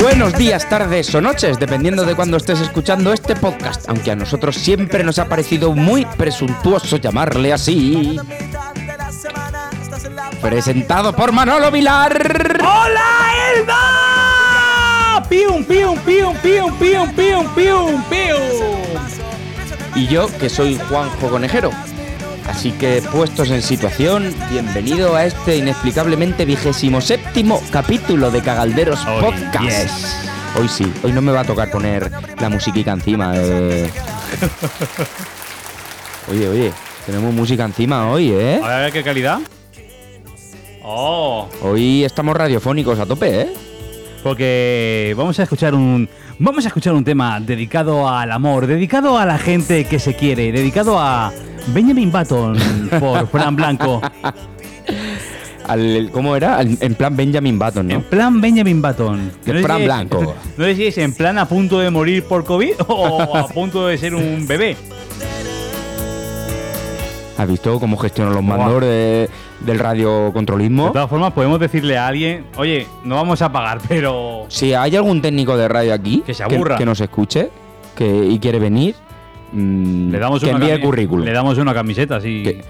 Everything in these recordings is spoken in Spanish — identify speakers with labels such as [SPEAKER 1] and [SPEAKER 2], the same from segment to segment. [SPEAKER 1] Buenos días, tardes o noches, dependiendo de cuándo estés escuchando este podcast, aunque a nosotros siempre nos ha parecido muy presuntuoso llamarle así. Presentado por Manolo Vilar.
[SPEAKER 2] ¡Hola, Elba! ¡Pium, pium, pium, pium, pium, pium, pium, pium!
[SPEAKER 1] Y yo, que soy Juanjo Conejero. Así que, puestos en situación, bienvenido a este inexplicablemente vigésimo séptimo capítulo de Cagalderos
[SPEAKER 2] Oh,
[SPEAKER 1] Podcast.
[SPEAKER 2] yes.
[SPEAKER 1] Hoy sí, hoy no me va a tocar poner la musiquita encima. eh. Oye, oye, tenemos música encima hoy, ¿eh?
[SPEAKER 2] A ver, a ver qué calidad. ¡Oh!
[SPEAKER 1] Hoy estamos radiofónicos a tope, ¿eh?
[SPEAKER 2] Porque vamos a escuchar un. Vamos a escuchar un tema dedicado al amor, dedicado a la gente que se quiere, dedicado a Benjamin Button por Fran Blanco.
[SPEAKER 1] Al- ¿Cómo era? Al- en plan Benjamin Button,
[SPEAKER 2] En
[SPEAKER 1] ¿no?
[SPEAKER 2] plan Benjamin Button.
[SPEAKER 1] De
[SPEAKER 2] sé si
[SPEAKER 1] Fran
[SPEAKER 2] es-
[SPEAKER 1] Blanco.
[SPEAKER 2] No sé si es en plan a punto de morir por COVID o a punto de ser un bebé.
[SPEAKER 1] ¿Has visto cómo gestionó los
[SPEAKER 2] Buah.
[SPEAKER 1] mandores de- del radiocontrolismo?
[SPEAKER 2] De todas formas, podemos decirle a alguien, oye, no vamos a pagar, pero.
[SPEAKER 1] Si hay algún técnico de radio aquí
[SPEAKER 2] Que se aburra.
[SPEAKER 1] que, nos escuche que, y quiere venir, mm,
[SPEAKER 2] Le damos
[SPEAKER 1] que
[SPEAKER 2] una
[SPEAKER 1] envíe el
[SPEAKER 2] cami-
[SPEAKER 1] currículum.
[SPEAKER 2] Le damos una camiseta, así.
[SPEAKER 1] Que-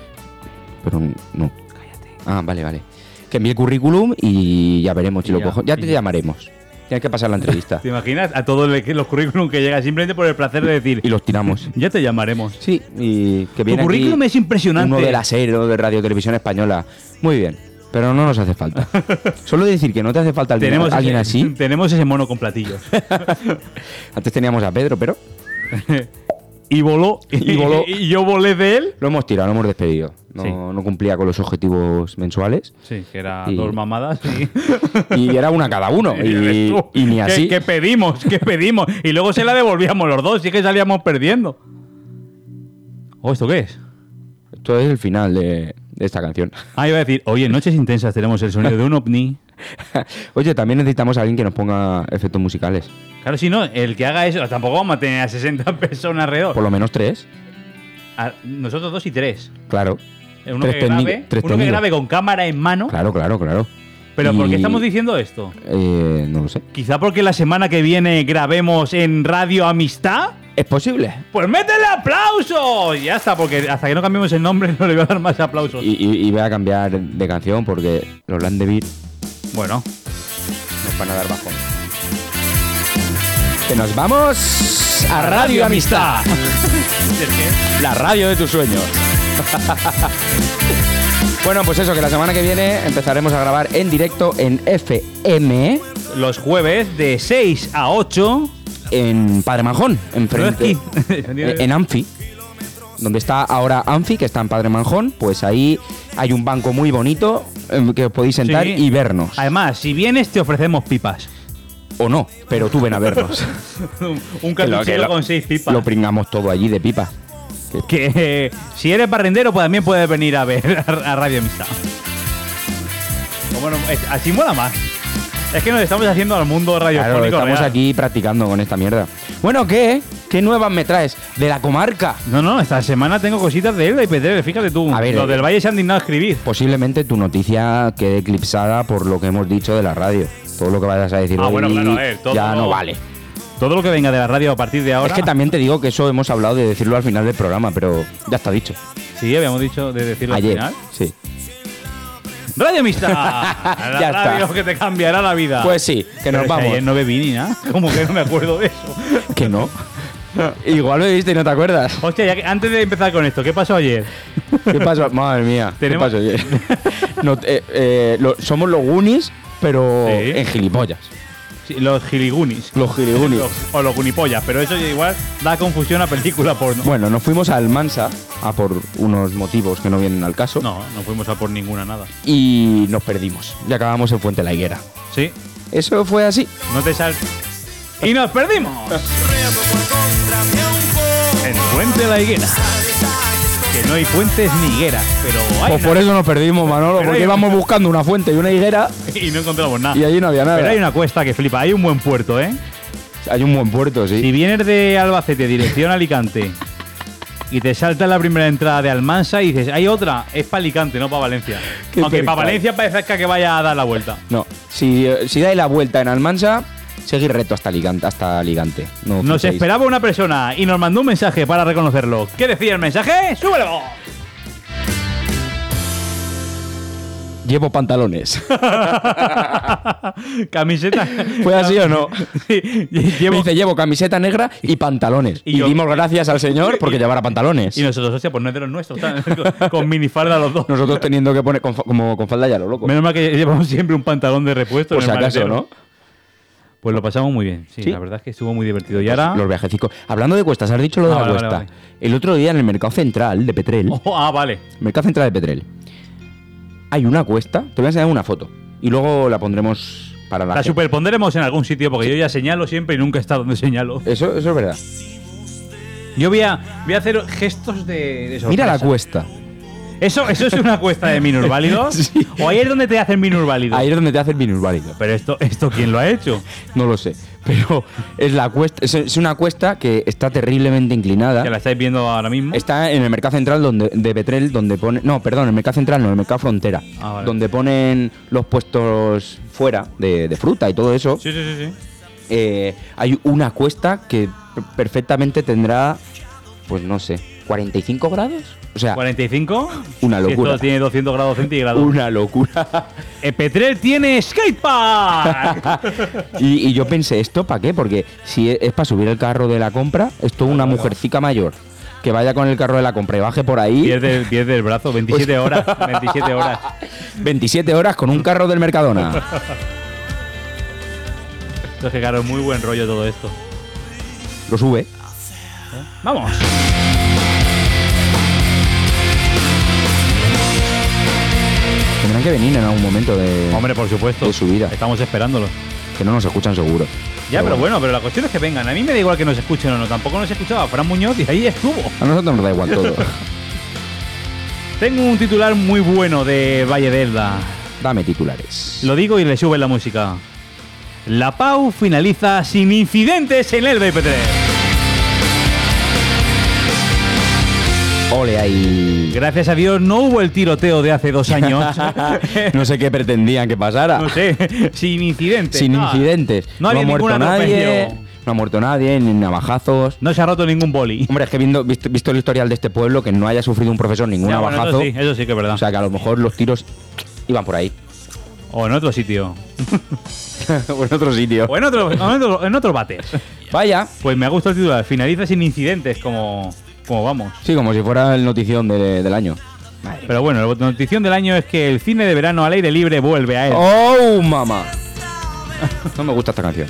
[SPEAKER 1] Pero no. Ah, vale, vale. Que envíe el currículum y ya veremos si
[SPEAKER 2] Y
[SPEAKER 1] lo
[SPEAKER 2] ya,
[SPEAKER 1] cojo. Ya
[SPEAKER 2] y
[SPEAKER 1] te
[SPEAKER 2] ya.
[SPEAKER 1] llamaremos. Tienes que pasar la entrevista.
[SPEAKER 2] ¿Te imaginas? A todos le- los currículum que llegan simplemente por el placer de decir,
[SPEAKER 1] y los tiramos.
[SPEAKER 2] ya te llamaremos.
[SPEAKER 1] Sí, y que viene
[SPEAKER 2] tu
[SPEAKER 1] aquí
[SPEAKER 2] currículum es impresionante.
[SPEAKER 1] uno de la cero de Radio Televisión Española. Muy bien. Pero no nos hace falta. Solo decir que no te hace falta alguien,
[SPEAKER 2] tenemos
[SPEAKER 1] alguien
[SPEAKER 2] ese,
[SPEAKER 1] así.
[SPEAKER 2] Tenemos ese mono con platillos.
[SPEAKER 1] Antes teníamos a Pedro, pero
[SPEAKER 2] y voló.
[SPEAKER 1] Y voló.
[SPEAKER 2] y yo volé de él.
[SPEAKER 1] lo hemos tirado, lo hemos despedido. No,
[SPEAKER 2] Sí.
[SPEAKER 1] no cumplía con los objetivos mensuales.
[SPEAKER 2] Sí, que era
[SPEAKER 1] Y-
[SPEAKER 2] dos mamadas. sí.
[SPEAKER 1] y era una cada uno. Y,
[SPEAKER 2] Tú,
[SPEAKER 1] y ni
[SPEAKER 2] ¿qué-
[SPEAKER 1] así.
[SPEAKER 2] ¿Qué pedimos? ¿Qué pedimos? Y luego se la devolvíamos los dos, y que salíamos perdiendo. ¿O Oh, esto qué es?
[SPEAKER 1] Esto es el final de, de esta canción.
[SPEAKER 2] Ah, iba a decir, oye, en Noches Intensas tenemos el sonido de un ovni.
[SPEAKER 1] Oye, también necesitamos a alguien que nos ponga efectos musicales.
[SPEAKER 2] Claro, si no, el que haga eso, tampoco vamos a tener a 60 personas alrededor.
[SPEAKER 1] Por lo menos tres.
[SPEAKER 2] A- nosotros dos y tres.
[SPEAKER 1] Claro.
[SPEAKER 2] Uno,
[SPEAKER 1] Tres
[SPEAKER 2] que,
[SPEAKER 1] técnic-
[SPEAKER 2] grabe,
[SPEAKER 1] tres
[SPEAKER 2] uno que
[SPEAKER 1] técnicos.
[SPEAKER 2] grabe con cámara en mano.
[SPEAKER 1] Claro, claro, claro.
[SPEAKER 2] Pero ¿por
[SPEAKER 1] Y-
[SPEAKER 2] qué estamos diciendo esto?
[SPEAKER 1] eh, no lo sé.
[SPEAKER 2] Quizá porque la semana que viene grabemos en Radio Amistad.
[SPEAKER 1] Es posible.
[SPEAKER 2] Pues métele aplausos. Ya está, porque hasta que no cambiemos el nombre no le voy a dar más aplausos.
[SPEAKER 1] Y, y- y voy a cambiar de canción porque los Landeville
[SPEAKER 2] Bueno,
[SPEAKER 1] nos van a dar bajón. Que nos vamos a Radio Amistad, la radio de tus sueños. bueno, pues eso, que la semana que viene empezaremos a grabar en directo en FM.
[SPEAKER 2] Los jueves de 6 a 8.
[SPEAKER 1] en Padre Manjón, enfrente. eh, en Anfi. Donde está ahora Anfi, que está en Padre Manjón, pues ahí hay un banco muy bonito em, que os podéis sentar
[SPEAKER 2] Sí.
[SPEAKER 1] y vernos.
[SPEAKER 2] Además, si vienes te ofrecemos pipas.
[SPEAKER 1] O no, pero tú ven a vernos.
[SPEAKER 2] Un- Un
[SPEAKER 1] Que lo- que
[SPEAKER 2] cartuchero
[SPEAKER 1] lo-
[SPEAKER 2] con seis pipas.
[SPEAKER 1] Lo pringamos todo allí de pipa.
[SPEAKER 2] que eh, si eres barrendero, pues también puedes venir a ver a, a Radio Amistad. O Bueno, es- así mola más. Es que nos estamos haciendo al mundo radiofónico.
[SPEAKER 1] Claro, estamos
[SPEAKER 2] real.
[SPEAKER 1] aquí practicando con esta mierda. Bueno, ¿qué? ¿Qué nuevas me traes? De la comarca.
[SPEAKER 2] No, no, esta semana tengo cositas de Elda y Pedrero, fíjate tú.
[SPEAKER 1] A ver,
[SPEAKER 2] los
[SPEAKER 1] eh,
[SPEAKER 2] del Valle se han dignado a escribir.
[SPEAKER 1] Posiblemente tu noticia quede eclipsada por lo que hemos dicho de la radio. Todo lo que vayas a decir
[SPEAKER 2] Ah,
[SPEAKER 1] hoy
[SPEAKER 2] bueno, claro, a ver, todo-
[SPEAKER 1] ya no vale.
[SPEAKER 2] Todo lo que venga de la radio a partir de ahora.
[SPEAKER 1] Es que también te digo que eso hemos hablado de decirlo al final del programa, pero ya está dicho.
[SPEAKER 2] Sí, habíamos dicho de decirlo
[SPEAKER 1] Ayer.
[SPEAKER 2] al final.
[SPEAKER 1] Sí.
[SPEAKER 2] Radio Amistad. La
[SPEAKER 1] Ya está.
[SPEAKER 2] radio que te cambiará la vida.
[SPEAKER 1] Pues sí, que nos
[SPEAKER 2] Pero si
[SPEAKER 1] vamos.
[SPEAKER 2] Ayer no bebí ni nada. Como que no me acuerdo de eso.
[SPEAKER 1] Que no. Igual lo viste y no te acuerdas.
[SPEAKER 2] Hostia, ya que- antes de empezar con esto, ¿qué pasó ayer?
[SPEAKER 1] ¿Qué pasó? Madre mía.
[SPEAKER 2] Tenemos-
[SPEAKER 1] ¿Qué pasó ayer? No, eh, eh, lo- somos los Goonies, pero
[SPEAKER 2] Sí.
[SPEAKER 1] en gilipollas.
[SPEAKER 2] Sí, los giligunis.
[SPEAKER 1] Los giligunis.
[SPEAKER 2] Los- o los gilipollas, pero eso ya igual da confusión a película porno.
[SPEAKER 1] Bueno, nos fuimos al Mansa a por unos motivos que no vienen al caso.
[SPEAKER 2] No, no fuimos a por ninguna nada.
[SPEAKER 1] Y nos perdimos. Y acabamos en Fuente la Higuera.
[SPEAKER 2] Sí,
[SPEAKER 1] Eso fue así.
[SPEAKER 2] no te sal. ¡Y nos perdimos! en Puente la Higuera. Que no hay puentes ni higueras, pero hay.
[SPEAKER 1] Pues por
[SPEAKER 2] una-
[SPEAKER 1] eso nos perdimos, Manolo,
[SPEAKER 2] Pero
[SPEAKER 1] porque
[SPEAKER 2] hay-
[SPEAKER 1] íbamos buscando una fuente y una higuera
[SPEAKER 2] Y no encontramos nada.
[SPEAKER 1] y allí no había nada.
[SPEAKER 2] Pero hay una cuesta que flipa, hay un buen puerto, ¿eh?
[SPEAKER 1] Hay un buen puerto, sí.
[SPEAKER 2] Si vienes de Albacete, dirección Alicante, y te salta la primera entrada de Almansa y dices, hay otra, es para Alicante, no para Valencia.
[SPEAKER 1] Qué
[SPEAKER 2] Aunque
[SPEAKER 1] percal.
[SPEAKER 2] para Valencia parezca que vaya a dar la vuelta.
[SPEAKER 1] eh, No, si, si dais la vuelta en Almansa, seguir recto hasta Alicante. Hasta Alicante. No os
[SPEAKER 2] Nos
[SPEAKER 1] flipéis.
[SPEAKER 2] esperaba una persona y nos mandó un mensaje para reconocerlo. ¿Qué decía el mensaje? ¡Súbelo!
[SPEAKER 1] Llevo pantalones.
[SPEAKER 2] Camiseta.
[SPEAKER 1] ¿Fue así o no?
[SPEAKER 2] Sí, y-
[SPEAKER 1] Me
[SPEAKER 2] llevo-
[SPEAKER 1] dice, llevo camiseta negra y pantalones.
[SPEAKER 2] Y
[SPEAKER 1] Y,
[SPEAKER 2] yo-
[SPEAKER 1] dimos gracias al señor porque llevara pantalones.
[SPEAKER 2] Y nosotros, hostia, pues no es de los nuestros. ¿sabes? Con, con minifalda los dos.
[SPEAKER 1] Nosotros teniendo que poner con fa- como con falda ya lo loco.
[SPEAKER 2] Menos mal que llevamos siempre un pantalón de repuesto.
[SPEAKER 1] Por
[SPEAKER 2] en
[SPEAKER 1] si
[SPEAKER 2] el
[SPEAKER 1] acaso,
[SPEAKER 2] maletero.
[SPEAKER 1] ¿no?
[SPEAKER 2] Pues lo pasamos muy bien. Sí,
[SPEAKER 1] Sí. Pues
[SPEAKER 2] la verdad es que estuvo muy divertido. Y ahora.
[SPEAKER 1] Los viajecicos. Hablando de cuestas, has dicho lo de
[SPEAKER 2] Ah,
[SPEAKER 1] la
[SPEAKER 2] vale,
[SPEAKER 1] cuesta.
[SPEAKER 2] vale,
[SPEAKER 1] El otro día en el mercado central de Petrel,
[SPEAKER 2] Oh, ah, vale.
[SPEAKER 1] mercado central de Petrel, hay una cuesta. Te voy a enseñar una foto y luego la pondremos para la.
[SPEAKER 2] La
[SPEAKER 1] gente.
[SPEAKER 2] superpondremos en algún sitio porque yo ya señalo siempre y nunca está donde señalo.
[SPEAKER 1] Eso, eso es verdad.
[SPEAKER 2] Yo voy a, voy a hacer gestos de, de sorpresa.
[SPEAKER 1] Mira la cuesta.
[SPEAKER 2] ¿Eso, ¿Eso es una cuesta de minus válidos?
[SPEAKER 1] Sí.
[SPEAKER 2] ¿O ahí es donde te hacen minus válidos?
[SPEAKER 1] Ahí es donde te hace el minusválido.
[SPEAKER 2] Pero esto, esto, ¿quién lo ha hecho?
[SPEAKER 1] No lo sé. Pero es la cuesta. Es, es una cuesta que está terriblemente inclinada.
[SPEAKER 2] Que la estáis viendo ahora mismo.
[SPEAKER 1] Está en el mercado central donde, de Petrel, donde pone. No, perdón, el mercado central no, el mercado frontera.
[SPEAKER 2] Ah, vale.
[SPEAKER 1] Donde ponen los puestos fuera de, de fruta y todo eso.
[SPEAKER 2] Sí, sí, sí, sí.
[SPEAKER 1] Eh, hay una cuesta que per- perfectamente tendrá, pues no sé, 45 grados. O sea,
[SPEAKER 2] 45.
[SPEAKER 1] Ah. Una
[SPEAKER 2] Si
[SPEAKER 1] locura.
[SPEAKER 2] Esto tiene 200 grados centígrados.
[SPEAKER 1] una locura.
[SPEAKER 2] Eh, Petrel tiene skatepark.
[SPEAKER 1] y, y yo pensé, ¿esto para qué? Porque si es, para subir el carro de la compra, esto una mujercica mayor que vaya con el carro de la compra y baje por ahí.
[SPEAKER 2] pierde, el- pierde el brazo. 27
[SPEAKER 1] Pues-
[SPEAKER 2] horas. 27 horas.
[SPEAKER 1] 27 horas con un carro del Mercadona.
[SPEAKER 2] Entonces, que claro, es muy buen rollo todo esto.
[SPEAKER 1] Lo sube.
[SPEAKER 2] ¡Vamos!
[SPEAKER 1] Tendrán que venir en algún momento de.
[SPEAKER 2] Hombre, por supuesto.
[SPEAKER 1] De su vida.
[SPEAKER 2] Estamos esperándolo.
[SPEAKER 1] Que no nos escuchan seguro.
[SPEAKER 2] Ya, pero bueno, pero la cuestión es que vengan. A mí me da igual que nos escuchen o no. Tampoco nos escuchaba Fran Muñoz y ahí estuvo.
[SPEAKER 1] A nosotros nos da igual todo.
[SPEAKER 2] Tengo un titular muy bueno de Valle de Elda.
[SPEAKER 1] Dame titulares.
[SPEAKER 2] Lo digo y le suben la música. La Pau finaliza sin incidentes en el BP3.
[SPEAKER 1] Ole ahí.
[SPEAKER 2] Gracias a Dios no hubo el tiroteo de hace dos años.
[SPEAKER 1] No sé qué pretendían que pasara.
[SPEAKER 2] no sé, sin incidentes. Ah.
[SPEAKER 1] Sin
[SPEAKER 2] no.
[SPEAKER 1] incidentes.
[SPEAKER 2] No,
[SPEAKER 1] No,
[SPEAKER 2] había
[SPEAKER 1] ha muerto
[SPEAKER 2] ningún
[SPEAKER 1] nadie.
[SPEAKER 2] atropello.
[SPEAKER 1] No ha muerto nadie, ni navajazos.
[SPEAKER 2] No se ha roto ningún boli.
[SPEAKER 1] Hombre, es que viendo, visto, visto el historial de este pueblo, que no haya sufrido un profesor ningún
[SPEAKER 2] Ya, bueno,
[SPEAKER 1] navajazo.
[SPEAKER 2] eso, sí, eso sí que es verdad.
[SPEAKER 1] O sea que a lo mejor los tiros iban por ahí.
[SPEAKER 2] o en otro sitio.
[SPEAKER 1] o en otro sitio.
[SPEAKER 2] O en otro, o en otro, en otro bate.
[SPEAKER 1] Vaya.
[SPEAKER 2] Pues me ha gustado el titular. Finaliza sin incidentes, como, como vamos.
[SPEAKER 1] Sí, como si fuera el notición de- del año.
[SPEAKER 2] Pero bueno, la notición del año es que el cine de verano al aire libre vuelve a él.
[SPEAKER 1] ¡Oh, mamá! No me gusta esta canción.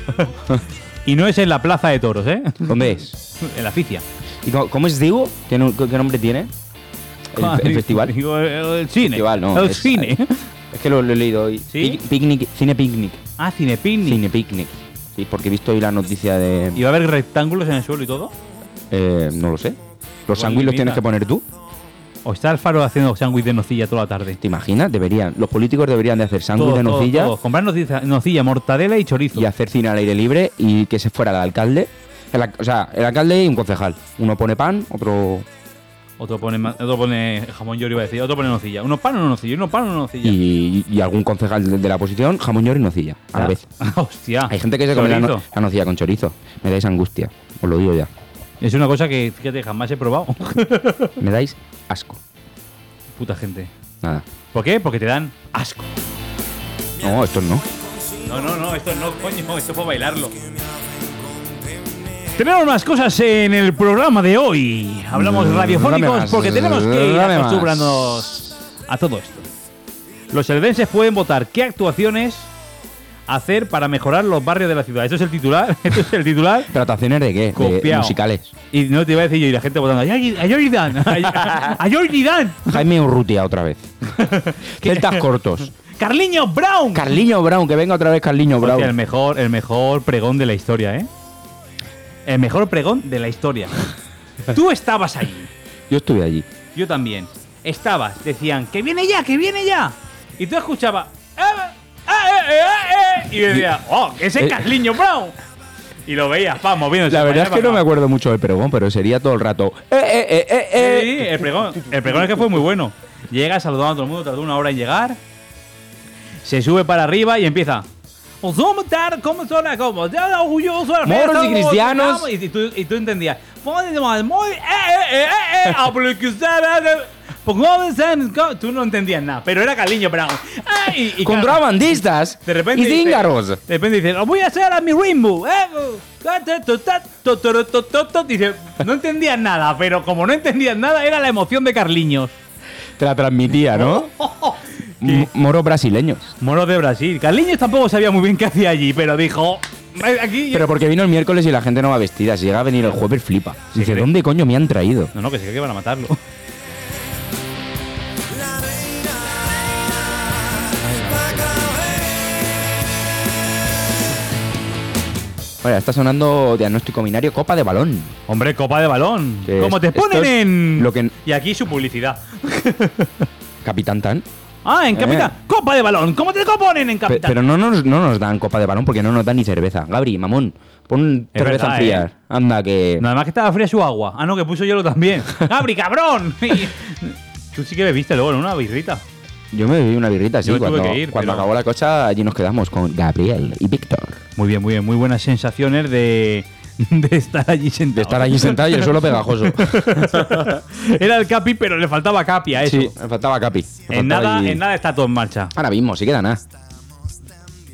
[SPEAKER 2] Y no es en la plaza de toros, ¿eh?
[SPEAKER 1] ¿Dónde es?
[SPEAKER 2] En la ficia.
[SPEAKER 1] ¿Y cómo, cómo es Digo? ¿Qué, no- qué nombre tiene? ¿El, el festival?
[SPEAKER 2] Digo, el cine.
[SPEAKER 1] Festival, no,
[SPEAKER 2] El
[SPEAKER 1] es-
[SPEAKER 2] cine.
[SPEAKER 1] Es que lo, lo he leído hoy.
[SPEAKER 2] ¿Sí?
[SPEAKER 1] Pic- Picnic, cine picnic.
[SPEAKER 2] Ah, cine picnic.
[SPEAKER 1] Cine picnic. Sí, porque he visto hoy la noticia de.
[SPEAKER 2] ¿Y va a haber rectángulos en el suelo y todo?
[SPEAKER 1] eh, no lo sé. Los sándwiches los tienes que poner tú.
[SPEAKER 2] ¿O está el faro haciendo sándwich de nocilla toda la tarde?
[SPEAKER 1] ¿Te imaginas? Deberían. Los políticos deberían de hacer sándwiches
[SPEAKER 2] Todo,
[SPEAKER 1] de
[SPEAKER 2] todo,
[SPEAKER 1] nocilla
[SPEAKER 2] todo. Comprar nocilla, nocilla, mortadela y chorizo.
[SPEAKER 1] y hacer cine al aire libre y que se fuera el alcalde. El al- o sea, el alcalde y un concejal. Uno pone pan, otro.
[SPEAKER 2] Otro pone, ma- otro pone jamón yo iba a decir, otro pone nocilla. Uno pan, uno nocilla, uno pan, uno nocilla.
[SPEAKER 1] Y, y algún concejal de, de la oposición, jamón york y nocilla. A la
[SPEAKER 2] Ah,
[SPEAKER 1] vez.
[SPEAKER 2] Hostia.
[SPEAKER 1] Hay gente que se come la, no-
[SPEAKER 2] chorizo.
[SPEAKER 1] la nocilla con chorizo. Me dais angustia. Os lo digo ya.
[SPEAKER 2] Es una cosa que, fíjate, jamás he probado.
[SPEAKER 1] Me dais asco.
[SPEAKER 2] Puta gente.
[SPEAKER 1] Nada.
[SPEAKER 2] ¿Por qué? Porque te dan asco.
[SPEAKER 1] No, estos no.
[SPEAKER 2] No, no, no, esto no, coño, esto para bailarlo. Tenemos más cosas en el programa de hoy. Hablamos
[SPEAKER 1] Mm,
[SPEAKER 2] radiofónicos
[SPEAKER 1] dame más,
[SPEAKER 2] porque tenemos que ir
[SPEAKER 1] dame más.
[SPEAKER 2] acostumbrándonos a todo esto. Los eldenses pueden votar qué actuaciones hacer para mejorar los barrios de la ciudad. Esto es el titular, esto es el titular.
[SPEAKER 1] ¿Trataciones de qué? De
[SPEAKER 2] Copiao.
[SPEAKER 1] musicales.
[SPEAKER 2] Y no te iba a decir yo, y la gente votando, ¡A Jordi- a Jordi Dan! ¡A a Jordi Dan!
[SPEAKER 1] Jaime Urrutia otra vez. Celtas cortos.
[SPEAKER 2] ¡Carliños Brown!
[SPEAKER 1] Carliño Brown, que venga otra vez Carliño
[SPEAKER 2] Hostia,
[SPEAKER 1] Brown.
[SPEAKER 2] el mejor, el mejor pregón de la historia, ¿eh? El mejor pregón de la historia. Tú estabas allí,
[SPEAKER 1] Yo estuve allí.
[SPEAKER 2] yo también. Estabas, decían, que viene ya, que viene ya. Y tú escuchabas, "Eh, eh, eh, eh, eh", y yo decía, oh, ese
[SPEAKER 1] Eh.
[SPEAKER 2] es Carliño Brown. Y lo veías, vamos, moviéndose.
[SPEAKER 1] La
[SPEAKER 2] para
[SPEAKER 1] verdad es
[SPEAKER 2] allá,
[SPEAKER 1] que no me
[SPEAKER 2] para acá.
[SPEAKER 1] acuerdo mucho del pregón, pero sería todo el rato. ¡Eh, eh, eh, eh, eh!
[SPEAKER 2] Sí, sí, el pregón, el pregón es que fue muy bueno. Llega saludando a todo el mundo, tardó una hora en llegar. Se sube para arriba y empieza. o somos tar, como son las como, ya la huyo, son
[SPEAKER 1] Moros y cristianos.
[SPEAKER 2] Y tú, y tú entendías, "Pongamos, muy, eh, eh, eh, eh, eh, apliquizar, eh, pongamos en co-". tú no entendías nada, pero era Caliño Brown. Eh, y- y claro,
[SPEAKER 1] Contrabandistas
[SPEAKER 2] de repente
[SPEAKER 1] y
[SPEAKER 2] dice-
[SPEAKER 1] cíngaros.
[SPEAKER 2] de repente dice, lo voy a hacer a mi Rainbow. eh, uh, ta, ta, ta, ta, to, to, to, to, to". Dice, no entendías nada, pero como no entendías nada, era la emoción de Carliños.
[SPEAKER 1] Te la transmitía, ¿no? M- Moros brasileños.
[SPEAKER 2] Moros de Brasil. Carliños tampoco sabía muy bien qué hacía allí, pero dijo, "Eh, aquí...
[SPEAKER 1] Pero porque vino el miércoles y la gente no va vestida. Si llega a venir el jueves, flipa.
[SPEAKER 2] Sí,
[SPEAKER 1] Dice,
[SPEAKER 2] creo.
[SPEAKER 1] ¿dónde coño me han traído?
[SPEAKER 2] No, no, que se cree que van a matarlo.
[SPEAKER 1] Vaya, está sonando diagnóstico binario, copa de balón.
[SPEAKER 2] Hombre, copa de balón.
[SPEAKER 1] Que
[SPEAKER 2] Como
[SPEAKER 1] es-
[SPEAKER 2] te
[SPEAKER 1] esto
[SPEAKER 2] ponen
[SPEAKER 1] es
[SPEAKER 2] en...
[SPEAKER 1] lo que-
[SPEAKER 2] Y aquí su publicidad.
[SPEAKER 1] Capitán Tan.
[SPEAKER 2] Ah, en
[SPEAKER 1] Eh.
[SPEAKER 2] Capitán. Copa de balón. ¿Cómo te lo ponen en
[SPEAKER 1] Pe-
[SPEAKER 2] Capitán?
[SPEAKER 1] pero no nos, no nos dan copa de balón porque no nos dan ni cerveza. Gabri, mamón, pon
[SPEAKER 2] Es
[SPEAKER 1] cerveza
[SPEAKER 2] verdad,
[SPEAKER 1] en frías.
[SPEAKER 2] eh.
[SPEAKER 1] Anda, que.
[SPEAKER 2] Nada más que estaba fría su agua. Ah, no, que puso hielo también. ¡Gabri, cabrón! Tú sí que bebiste luego en una birrita.
[SPEAKER 1] Yo me bebí una birrita, sí.
[SPEAKER 2] Yo tuve
[SPEAKER 1] cuando
[SPEAKER 2] que ir,
[SPEAKER 1] cuando
[SPEAKER 2] pero-
[SPEAKER 1] acabó la cosa, allí nos quedamos con Gabriel y Víctor.
[SPEAKER 2] Muy bien, muy bien. Muy buenas sensaciones de, de estar allí sentado.
[SPEAKER 1] De estar allí sentado y el suelo pegajoso.
[SPEAKER 2] Era el Capi, pero le faltaba Capi a eso.
[SPEAKER 1] sí, me faltaba Capi. me faltaba
[SPEAKER 2] en, nada,
[SPEAKER 1] ahí-
[SPEAKER 2] en nada está todo en marcha.
[SPEAKER 1] Ahora mismo, si queda nada.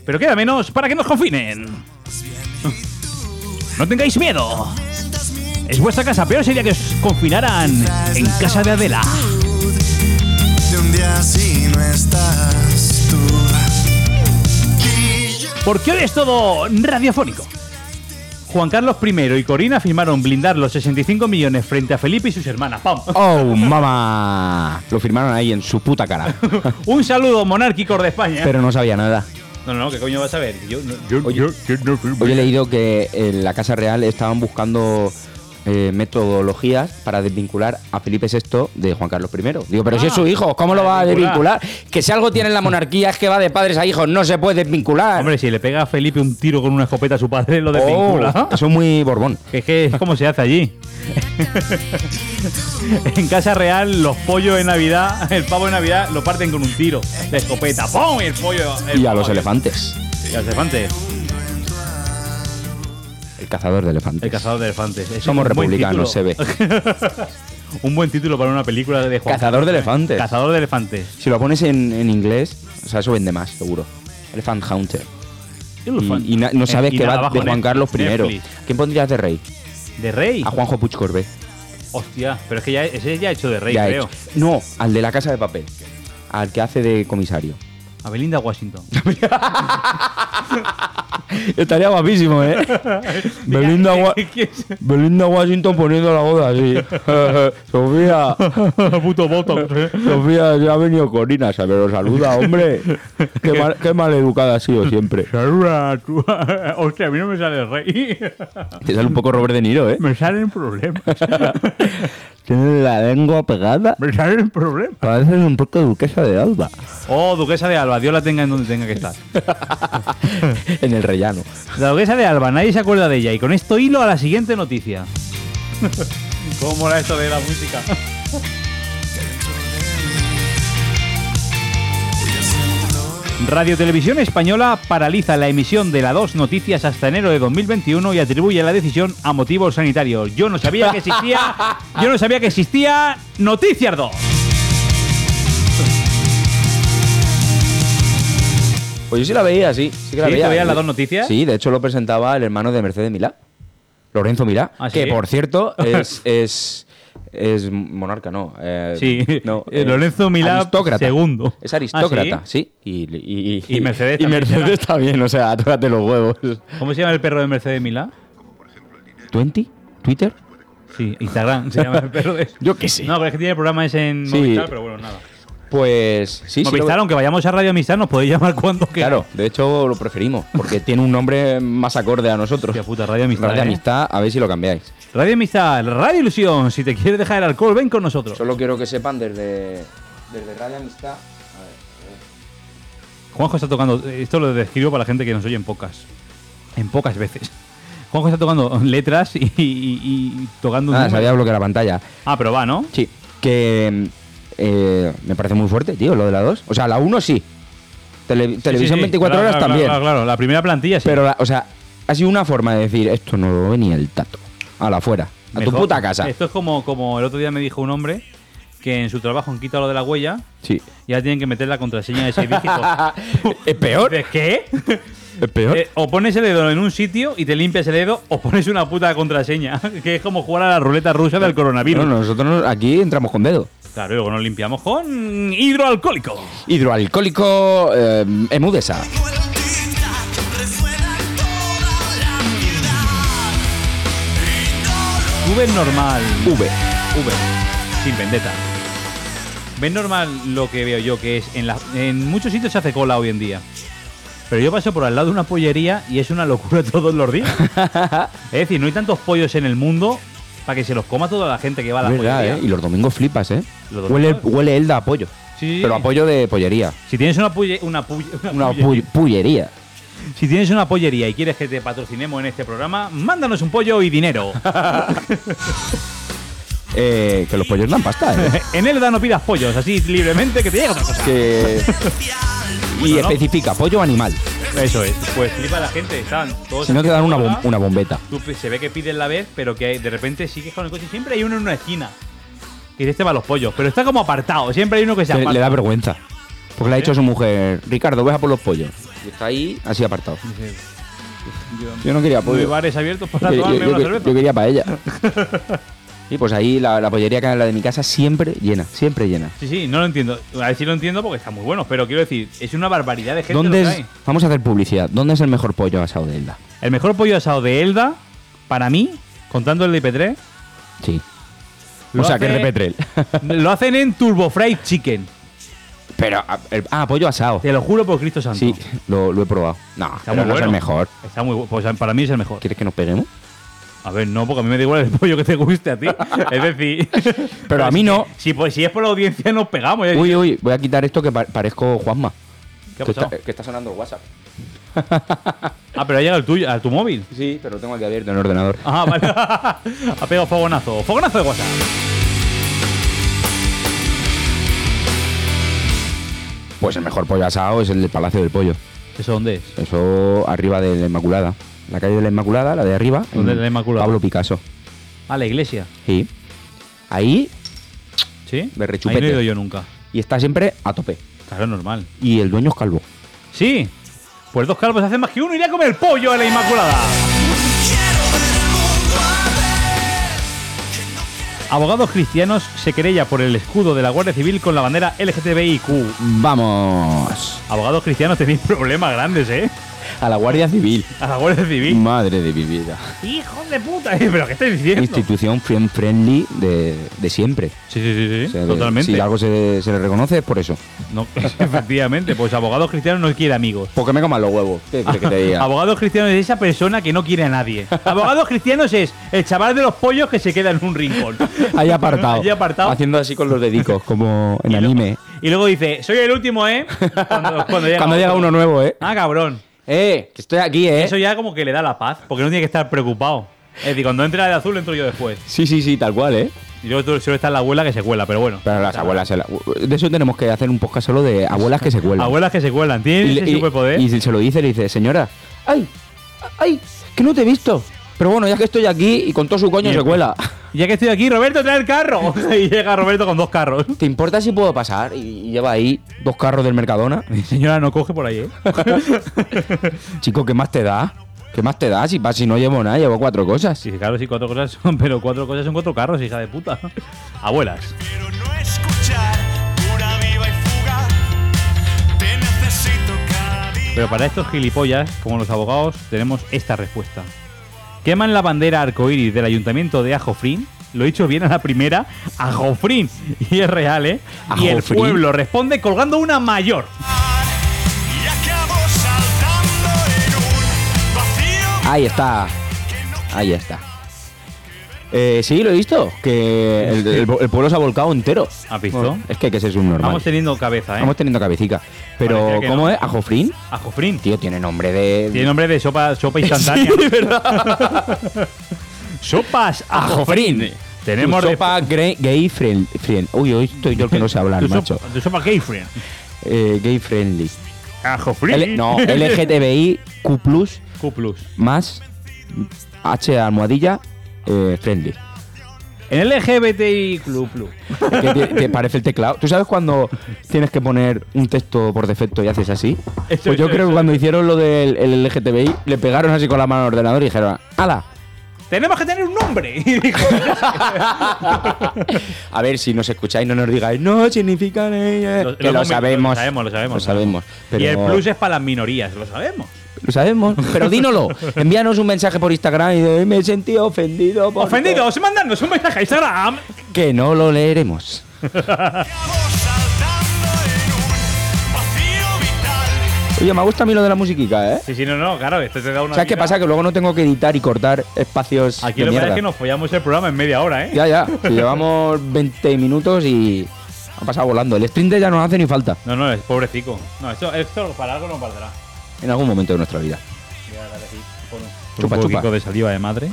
[SPEAKER 2] Pero queda menos para que nos confinen. No tengáis miedo. Es vuestra casa. Peor sería que os confinaran en casa de Adela.
[SPEAKER 3] De un día si no estás tú. Y yo
[SPEAKER 2] Porque hoy es todo radiofónico. Juan Carlos I y Corina firmaron blindar los 65 millones frente a Felipe y sus hermanas. ¡Pam!
[SPEAKER 1] ¡Oh, mamá! Lo firmaron ahí en su puta cara.
[SPEAKER 2] Un saludo monárquico de España.
[SPEAKER 1] Pero no sabía nada.
[SPEAKER 2] no, no, ¿qué coño vas a ver? Yo, no-
[SPEAKER 1] Hoy he leído que en la Casa Real estaban buscando eh, metodologías para desvincular a Felipe VI de Juan Carlos I. Digo, pero si es
[SPEAKER 2] Ah,
[SPEAKER 1] su hijo, ¿cómo lo va a
[SPEAKER 2] desvincular.
[SPEAKER 1] desvincular? Que si algo tiene la monarquía es que va de padres a hijos, no se puede desvincular.
[SPEAKER 2] Hombre, si le pega a Felipe un tiro con una escopeta a su padre, lo
[SPEAKER 1] Oh,
[SPEAKER 2] desvincula.
[SPEAKER 1] eso es muy borbón.
[SPEAKER 2] Que Es que es como se hace allí. en Casa Real, los pollos de Navidad, el pavo de Navidad, lo parten con un tiro de escopeta. ¡Pum! Y el pollo.
[SPEAKER 1] Y
[SPEAKER 2] el
[SPEAKER 1] a
[SPEAKER 2] pavo
[SPEAKER 1] los
[SPEAKER 2] abierto.
[SPEAKER 1] elefantes.
[SPEAKER 2] Y a los elefantes.
[SPEAKER 1] El cazador de elefantes.
[SPEAKER 2] El cazador de elefantes. Es
[SPEAKER 1] Somos
[SPEAKER 2] un buen
[SPEAKER 1] republicanos, se
[SPEAKER 2] título.
[SPEAKER 1] ve.
[SPEAKER 2] un buen título para una película de Juan
[SPEAKER 1] Cazador de elefantes.
[SPEAKER 2] Cazador de elefantes.
[SPEAKER 1] Si lo pones en, en inglés, o sea, eso vende más, seguro. Elephant Hunter. Y, y na- no sabes
[SPEAKER 2] Eh, Y
[SPEAKER 1] que
[SPEAKER 2] nada,
[SPEAKER 1] va
[SPEAKER 2] abajo
[SPEAKER 1] de Juan
[SPEAKER 2] Netflix.
[SPEAKER 1] Carlos I.
[SPEAKER 2] Netflix.
[SPEAKER 1] ¿Quién pondrías de rey?
[SPEAKER 2] De rey.
[SPEAKER 1] A Juanjo Puig Corbé.
[SPEAKER 2] Hostia, pero es que ya, ese ya ha hecho de rey,
[SPEAKER 1] Ya he
[SPEAKER 2] creo.
[SPEAKER 1] hecho. No, al de la casa de papel. Al que hace de comisario.
[SPEAKER 2] A Belinda Washington.
[SPEAKER 1] Estaría guapísimo, ¿eh? Belinda, Wa-
[SPEAKER 2] ¿Quién es?
[SPEAKER 1] Belinda Washington poniendo la boda así. Sofía,
[SPEAKER 2] Puto eh. voto.
[SPEAKER 1] Sofía, ya ha venido Corina, se- pero saluda, hombre. Qué mal, qué mal educada ha sido siempre.
[SPEAKER 2] Hostia, a mí no me sale el rey.
[SPEAKER 1] Te sale un poco Robert De Niro, ¿eh?
[SPEAKER 2] Me salen problemas.
[SPEAKER 1] Tiene la lengua pegada.
[SPEAKER 2] Me salen problemas.
[SPEAKER 1] Parece un poco duquesa de Alba.
[SPEAKER 2] Oh, duquesa de Alba. Dios la tenga en donde tenga que estar.
[SPEAKER 1] en el rellano.
[SPEAKER 2] La duquesa de Alba. Nadie se acuerda de ella. Y con esto hilo a la siguiente noticia. ¿Cómo mola esto de la música? Radio Televisión Española paraliza la emisión de la 2 Noticias hasta enero de 2021 y atribuye la decisión a motivos sanitarios. Yo no sabía que existía, yo no sabía que existía Noticias 2.
[SPEAKER 1] Pues yo sí la veía, sí. Sí, que la
[SPEAKER 2] ¿Sí? ¿Te
[SPEAKER 1] veía.
[SPEAKER 2] veías las dos noticias?
[SPEAKER 1] Sí, de hecho lo presentaba el hermano de Mercedes Milá, Lorenzo Milá,
[SPEAKER 2] ¿Ah, sí?
[SPEAKER 1] que por cierto es, es, es monarca, ¿no. eh,
[SPEAKER 2] Sí,
[SPEAKER 1] no,
[SPEAKER 2] eh,
[SPEAKER 1] eh,
[SPEAKER 2] Lorenzo Milá
[SPEAKER 1] aristócrata.
[SPEAKER 2] segundo.
[SPEAKER 1] Es aristócrata,
[SPEAKER 2] ¿Ah,
[SPEAKER 1] sí. Y, y,
[SPEAKER 2] Y Mercedes
[SPEAKER 1] y
[SPEAKER 2] también,
[SPEAKER 1] Mercedes también, o sea, tócate los huevos.
[SPEAKER 2] ¿Cómo se llama el perro de Mercedes Milá?
[SPEAKER 1] ¿20? ¿Twitter?
[SPEAKER 2] Sí, Instagram se llama el perro de...
[SPEAKER 1] Yo qué sé.
[SPEAKER 2] No, pero es que tiene programas en
[SPEAKER 1] Sí.
[SPEAKER 2] Movistar, pero bueno, nada.
[SPEAKER 1] Pues sí, sí. lo-
[SPEAKER 2] Movistar, aunque vayamos a Radio Amistad, nos podéis llamar cuando queráis.
[SPEAKER 1] Claro, de hecho lo preferimos, porque tiene un nombre más acorde a nosotros.
[SPEAKER 2] Hostia puta, Radio Amistad.
[SPEAKER 1] Radio
[SPEAKER 2] ¿eh?
[SPEAKER 1] Amistad, a ver si lo cambiáis.
[SPEAKER 2] Radio Amistad, Radio Ilusión. Si te quieres dejar el alcohol, ven con nosotros.
[SPEAKER 1] Solo quiero que sepan desde, desde Radio Amistad. a ver,
[SPEAKER 2] Juanjo está tocando. Esto lo describo para la gente que nos oye en pocas. En pocas veces. Juanjo está tocando letras y, y- y tocando un
[SPEAKER 1] Nada,
[SPEAKER 2] número.
[SPEAKER 1] Ah, se había bloqueado la pantalla.
[SPEAKER 2] Ah, pero va, ¿no?
[SPEAKER 1] Sí. Que mm, eh, me parece muy fuerte, tío, lo de la 2. O sea, la 1 sí. Tele- televisión
[SPEAKER 2] Sí, sí, sí.
[SPEAKER 1] 24
[SPEAKER 2] Claro,
[SPEAKER 1] horas
[SPEAKER 2] claro,
[SPEAKER 1] también.
[SPEAKER 2] Claro, claro, la primera plantilla sí.
[SPEAKER 1] Pero, la- o sea, ha sido una forma de decir, esto no lo ve ni el tato. A la fuera, a tu
[SPEAKER 2] Mejor.
[SPEAKER 1] puta casa.
[SPEAKER 2] Esto es como, como el otro día me dijo un hombre que en su trabajo han quitado lo de la huella
[SPEAKER 1] Sí.
[SPEAKER 2] y ahora tienen que meter la contraseña de seis dígitos.
[SPEAKER 1] ¿Es peor?
[SPEAKER 2] ¿De qué?
[SPEAKER 1] ¿Es peor?
[SPEAKER 2] Eh, o pones el dedo en un sitio y te limpias el dedo o pones una puta contraseña, que es como jugar a la ruleta rusa del
[SPEAKER 1] No,
[SPEAKER 2] coronavirus.
[SPEAKER 1] nosotros no- aquí entramos con dedo.
[SPEAKER 2] Claro, y luego nos limpiamos con hidroalcohólico.
[SPEAKER 1] Hidroalcohólico eh, emudesa.
[SPEAKER 3] Tengo el tic-tac, resuena toda la ciudad. Y no lo
[SPEAKER 2] Tú ves normal.
[SPEAKER 1] V.
[SPEAKER 2] V. Sin vendetta. ¿Ves normal lo que veo yo que es en, la- en muchos sitios se hace cola hoy en día? Pero yo paso por al lado de una pollería y es una locura todos los días. es decir, no hay tantos pollos en el mundo para que se los coma toda la gente que va a la
[SPEAKER 1] Verdad,
[SPEAKER 2] pollería.
[SPEAKER 1] ¿eh? Y los domingos flipas, ¿eh?
[SPEAKER 2] Los
[SPEAKER 1] Huele,
[SPEAKER 2] domingos.
[SPEAKER 1] huele el de apoyo.
[SPEAKER 2] Sí, sí,
[SPEAKER 1] Pero
[SPEAKER 2] sí.
[SPEAKER 1] apoyo de pollería.
[SPEAKER 2] Si tienes una pulle- una pulle-
[SPEAKER 1] Una
[SPEAKER 2] pulle-
[SPEAKER 1] pu- pullería.
[SPEAKER 2] Si tienes una pollería y quieres que te patrocinemos en este programa, mándanos un pollo y dinero.
[SPEAKER 1] Eh, que los pollos dan pasta, ¿eh?
[SPEAKER 2] en Elda no pidas pollos, así libremente que te llega otra cosa.
[SPEAKER 1] que... Y
[SPEAKER 2] Bueno, ¿no?
[SPEAKER 1] especifica, pollo o animal.
[SPEAKER 2] Eso es. Pues flipa la gente, están todos.
[SPEAKER 1] Si no te dan una, bom-
[SPEAKER 2] bombona.
[SPEAKER 1] una bombeta.
[SPEAKER 2] Tú pi- se ve que piden la vez, pero que de repente sigues con el coche. Siempre hay uno en una esquina. Que dice, este va a los pollos, pero está como apartado. Siempre hay uno que se
[SPEAKER 1] Le,
[SPEAKER 2] aparta. ¿Eh?
[SPEAKER 1] le da vergüenza. Porque le ha dicho a su mujer, Ricardo, ve a por los pollos. Y está ahí así apartado.
[SPEAKER 2] Dice,
[SPEAKER 1] Yo no quería
[SPEAKER 2] "Nueve
[SPEAKER 1] pollo.
[SPEAKER 2] bares abiertos para
[SPEAKER 1] Yo, yo-
[SPEAKER 2] tomarme
[SPEAKER 1] yo-
[SPEAKER 2] una cerveza.
[SPEAKER 1] yo quería paella. Y pues ahí la, la pollería que es la de mi casa siempre llena, siempre llena.
[SPEAKER 2] Sí, sí, no lo entiendo. A ver si lo entiendo porque está muy bueno, pero quiero decir, es una barbaridad de gente.
[SPEAKER 1] ¿Dónde
[SPEAKER 2] lo que
[SPEAKER 1] es,
[SPEAKER 2] hay.
[SPEAKER 1] vamos a hacer publicidad. ¿Dónde es el mejor pollo asado de Elda?
[SPEAKER 2] El mejor pollo asado de Elda, para mí, contando el de IP3,
[SPEAKER 1] Sí.
[SPEAKER 2] Lo
[SPEAKER 1] o sea, que
[SPEAKER 2] hace-
[SPEAKER 1] repetrel.
[SPEAKER 2] lo hacen en Turbo Fried Chicken.
[SPEAKER 1] Pero, ah, el- ah, pollo asado.
[SPEAKER 2] Te lo juro por Cristo Santo.
[SPEAKER 1] Sí, lo, lo he probado. No,
[SPEAKER 2] Está
[SPEAKER 1] pero
[SPEAKER 2] muy
[SPEAKER 1] no es
[SPEAKER 2] bueno.
[SPEAKER 1] el mejor.
[SPEAKER 2] Está muy bueno. Pues para mí es el mejor.
[SPEAKER 1] ¿Quieres que nos peguemos?
[SPEAKER 2] A ver, no, porque a mí me da igual el pollo que te guste a ti. es decir.
[SPEAKER 1] Pero a mí
[SPEAKER 2] si-
[SPEAKER 1] no.
[SPEAKER 2] Si, pues, si es por la audiencia, nos pegamos. ya-
[SPEAKER 1] Uy, uy, voy a quitar esto que pa- parezco Juanma.
[SPEAKER 2] Eh, ¿Qué ha
[SPEAKER 1] que,
[SPEAKER 2] pasado?
[SPEAKER 1] está, que está sonando el WhatsApp.
[SPEAKER 2] Ah, pero ha llegado el tuyo, a tu móvil.
[SPEAKER 1] Sí, pero lo tengo aquí abierto en el ordenador.
[SPEAKER 2] Ah, vale. ha pegado fogonazo. Fogonazo de WhatsApp.
[SPEAKER 1] Pues el mejor pollo asado es el del Palacio del Pollo.
[SPEAKER 2] ¿Eso dónde es?
[SPEAKER 1] Eso arriba de la Inmaculada. La calle de la Inmaculada, la de arriba.
[SPEAKER 2] ¿Dónde
[SPEAKER 1] en
[SPEAKER 2] es la Inmaculada?
[SPEAKER 1] Pablo Picasso.
[SPEAKER 2] Ah, la iglesia.
[SPEAKER 1] Sí. Ahí,
[SPEAKER 2] ¿Sí?
[SPEAKER 1] De
[SPEAKER 2] Ahí no
[SPEAKER 1] rechupete.
[SPEAKER 2] he ido yo nunca.
[SPEAKER 1] y está siempre a tope.
[SPEAKER 2] Claro, normal.
[SPEAKER 1] Y el dueño es calvo.
[SPEAKER 2] Sí. Pues dos calvos hacen más que uno. Iré a comer pollo a la Inmaculada. Abogados cristianos se querella por el escudo de la Guardia Civil con la bandera LGTBIQ.
[SPEAKER 1] Vamos
[SPEAKER 2] Abogados cristianos tenéis problemas grandes, ¿eh?
[SPEAKER 1] a la Guardia Civil.
[SPEAKER 2] A la Guardia Civil.
[SPEAKER 1] Madre de mi vida.
[SPEAKER 2] ¡Hijos de puta! ¿eh? ¿Pero qué estáis diciendo? Sí,
[SPEAKER 1] Institución friend friendly de, de siempre.
[SPEAKER 2] sí, sí, sí,
[SPEAKER 1] O sea, de-
[SPEAKER 2] totalmente.
[SPEAKER 1] Si algo se, se le reconoce es por eso.
[SPEAKER 2] No, efectivamente, pues abogados cristianos no quiere amigos.
[SPEAKER 1] Porque me coman los huevos. ¿Qué quieres que te diga?
[SPEAKER 2] Abogados cristianos es esa persona que no quiere a nadie. Abogados cristianos es el chaval de los pollos que se queda en un rincón.
[SPEAKER 1] Ahí apartado.
[SPEAKER 2] Ahí apartado.
[SPEAKER 1] Haciendo así con los dedicos, como en
[SPEAKER 2] Y luego-
[SPEAKER 1] anime.
[SPEAKER 2] Y luego dice, soy el último, ¿eh? Cuando, cuando llega,
[SPEAKER 1] Cuando llega
[SPEAKER 2] otro.
[SPEAKER 1] uno nuevo, ¿eh?
[SPEAKER 2] Ah, cabrón.
[SPEAKER 1] ¡Eh! Que estoy aquí, ¿eh?
[SPEAKER 2] Eso ya como que le da la paz, porque no tiene que estar preocupado. Es decir, cuando entra el azul, entro yo después.
[SPEAKER 1] Sí, sí, sí, tal cual, ¿eh?
[SPEAKER 2] Y luego tú- solo está la abuela que se cuela, pero bueno.
[SPEAKER 1] Pero las abuelas. se la- De eso tenemos que hacer un podcast solo de abuelas que se cuelgan.
[SPEAKER 2] Abuelas que se cuelan, tienen
[SPEAKER 1] y,
[SPEAKER 2] ese
[SPEAKER 1] y-
[SPEAKER 2] superpoder.
[SPEAKER 1] y si se lo dice, le dice, señora, ¡ay! ¡ay! ¡que no te he visto! Pero bueno, ya que estoy aquí y con todo su coño
[SPEAKER 2] Y-
[SPEAKER 1] se cuela.
[SPEAKER 2] Ya que estoy aquí, Roberto, trae el carro. y llega Roberto con dos carros.
[SPEAKER 1] ¿Te importa si puedo pasar? Y lleva ahí dos carros del Mercadona.
[SPEAKER 2] Señora, no coge por ahí, ¿eh?
[SPEAKER 1] Chico, ¿qué más te da? ¿Qué más te da? Si, pa- si no llevo nada, llevo cuatro cosas.
[SPEAKER 2] Sí, claro, sí, cuatro cosas son, pero cuatro cosas son cuatro carros, hija de puta. Abuelas.
[SPEAKER 3] Quiero no escuchar pura viva y fuga. Te necesito cada día.
[SPEAKER 2] Pero para estos gilipollas, como los abogados, tenemos esta respuesta. Queman la bandera arcoíris del ayuntamiento de Ajofrín. Lo he dicho bien a la primera, Ajofrín. Y es real, ¿eh? Y el
[SPEAKER 1] Ajofrín.
[SPEAKER 2] pueblo responde colgando una mayor.
[SPEAKER 3] Y acabo saltando en un vacío
[SPEAKER 1] Ahí está.
[SPEAKER 3] que no
[SPEAKER 1] Ahí está. Eh, sí, lo he visto. Que el, el- el pueblo se ha volcado entero.
[SPEAKER 2] ¿Has visto?
[SPEAKER 1] Es que hay que ser subnormal.
[SPEAKER 2] Vamos teniendo cabeza, ¿eh?
[SPEAKER 1] Vamos teniendo cabecita. Pero,
[SPEAKER 2] Parecía que
[SPEAKER 1] ¿cómo
[SPEAKER 2] no.
[SPEAKER 1] es? ¿Ajofrín?
[SPEAKER 2] Ajofrín.
[SPEAKER 1] Tío, tiene nombre de.
[SPEAKER 2] Tiene nombre de sopa, sopa instantánea. Sopas ajofrín. Tenemos
[SPEAKER 1] Tu
[SPEAKER 2] de-
[SPEAKER 1] sopa gre- gay friend, friend. Uy, hoy estoy yo el que no sé hablar,
[SPEAKER 2] tu sopa-
[SPEAKER 1] macho.
[SPEAKER 2] tu sopa gay friend.
[SPEAKER 1] Eh, gay friendly.
[SPEAKER 2] Ajo free.
[SPEAKER 1] L- no, LGTBI Q plus
[SPEAKER 2] Q plus.
[SPEAKER 1] más H almohadilla eh, friendly.
[SPEAKER 2] El LGBTI Club Plus.
[SPEAKER 1] Que te, te parece el teclado. ¿Tú sabes cuando tienes que poner un texto por defecto y haces así?
[SPEAKER 2] Eso,
[SPEAKER 1] Pues yo
[SPEAKER 2] eso,
[SPEAKER 1] creo
[SPEAKER 2] eso.
[SPEAKER 1] que cuando hicieron lo del el LGTBI, le pegaron así con la mano al ordenador y dijeron, ¡Hala!
[SPEAKER 2] Tenemos que tener un nombre. Y dijo,
[SPEAKER 1] A ver, si nos escucháis, no nos digáis, no significan ellas.
[SPEAKER 2] Lo-
[SPEAKER 1] que
[SPEAKER 2] lo
[SPEAKER 1] lo,
[SPEAKER 2] hemos-
[SPEAKER 1] sabemos.
[SPEAKER 2] lo sabemos, lo sabemos.
[SPEAKER 1] Lo sabemos. Pero
[SPEAKER 2] Y el plus es para las minorías, lo sabemos.
[SPEAKER 1] Lo sabemos, pero dínoslo. Envíanos un mensaje por Instagram y de, me he sentido ofendido. porque-".
[SPEAKER 2] Ofendidos, mandadnos un mensaje a Instagram.
[SPEAKER 1] Que no lo leeremos.
[SPEAKER 3] Estamos saltando en un vacío vital.
[SPEAKER 1] Oye, me gusta a mí lo de la musiquica, ¿eh?
[SPEAKER 2] Sí, sí, no, no, claro, esto te da una.
[SPEAKER 1] ¿Sabes qué
[SPEAKER 2] vida.
[SPEAKER 1] pasa? Que luego no tengo que editar y cortar espacios.
[SPEAKER 2] Aquí
[SPEAKER 1] de
[SPEAKER 2] lo que pasa
[SPEAKER 1] mierda.
[SPEAKER 2] es que nos follamos el programa en media hora, ¿eh?
[SPEAKER 1] Ya, ya. Si llevamos 20 minutos y ha pasado volando. El sprint ya no hace ni falta
[SPEAKER 2] No, no, es pobrecico. No, esto, esto para algo nos valdrá.
[SPEAKER 1] en algún momento de nuestra vida.
[SPEAKER 2] Voy a dar aquí, pon un-
[SPEAKER 1] Chupa,
[SPEAKER 2] un
[SPEAKER 1] chupa.
[SPEAKER 2] poquito de saliva de madre.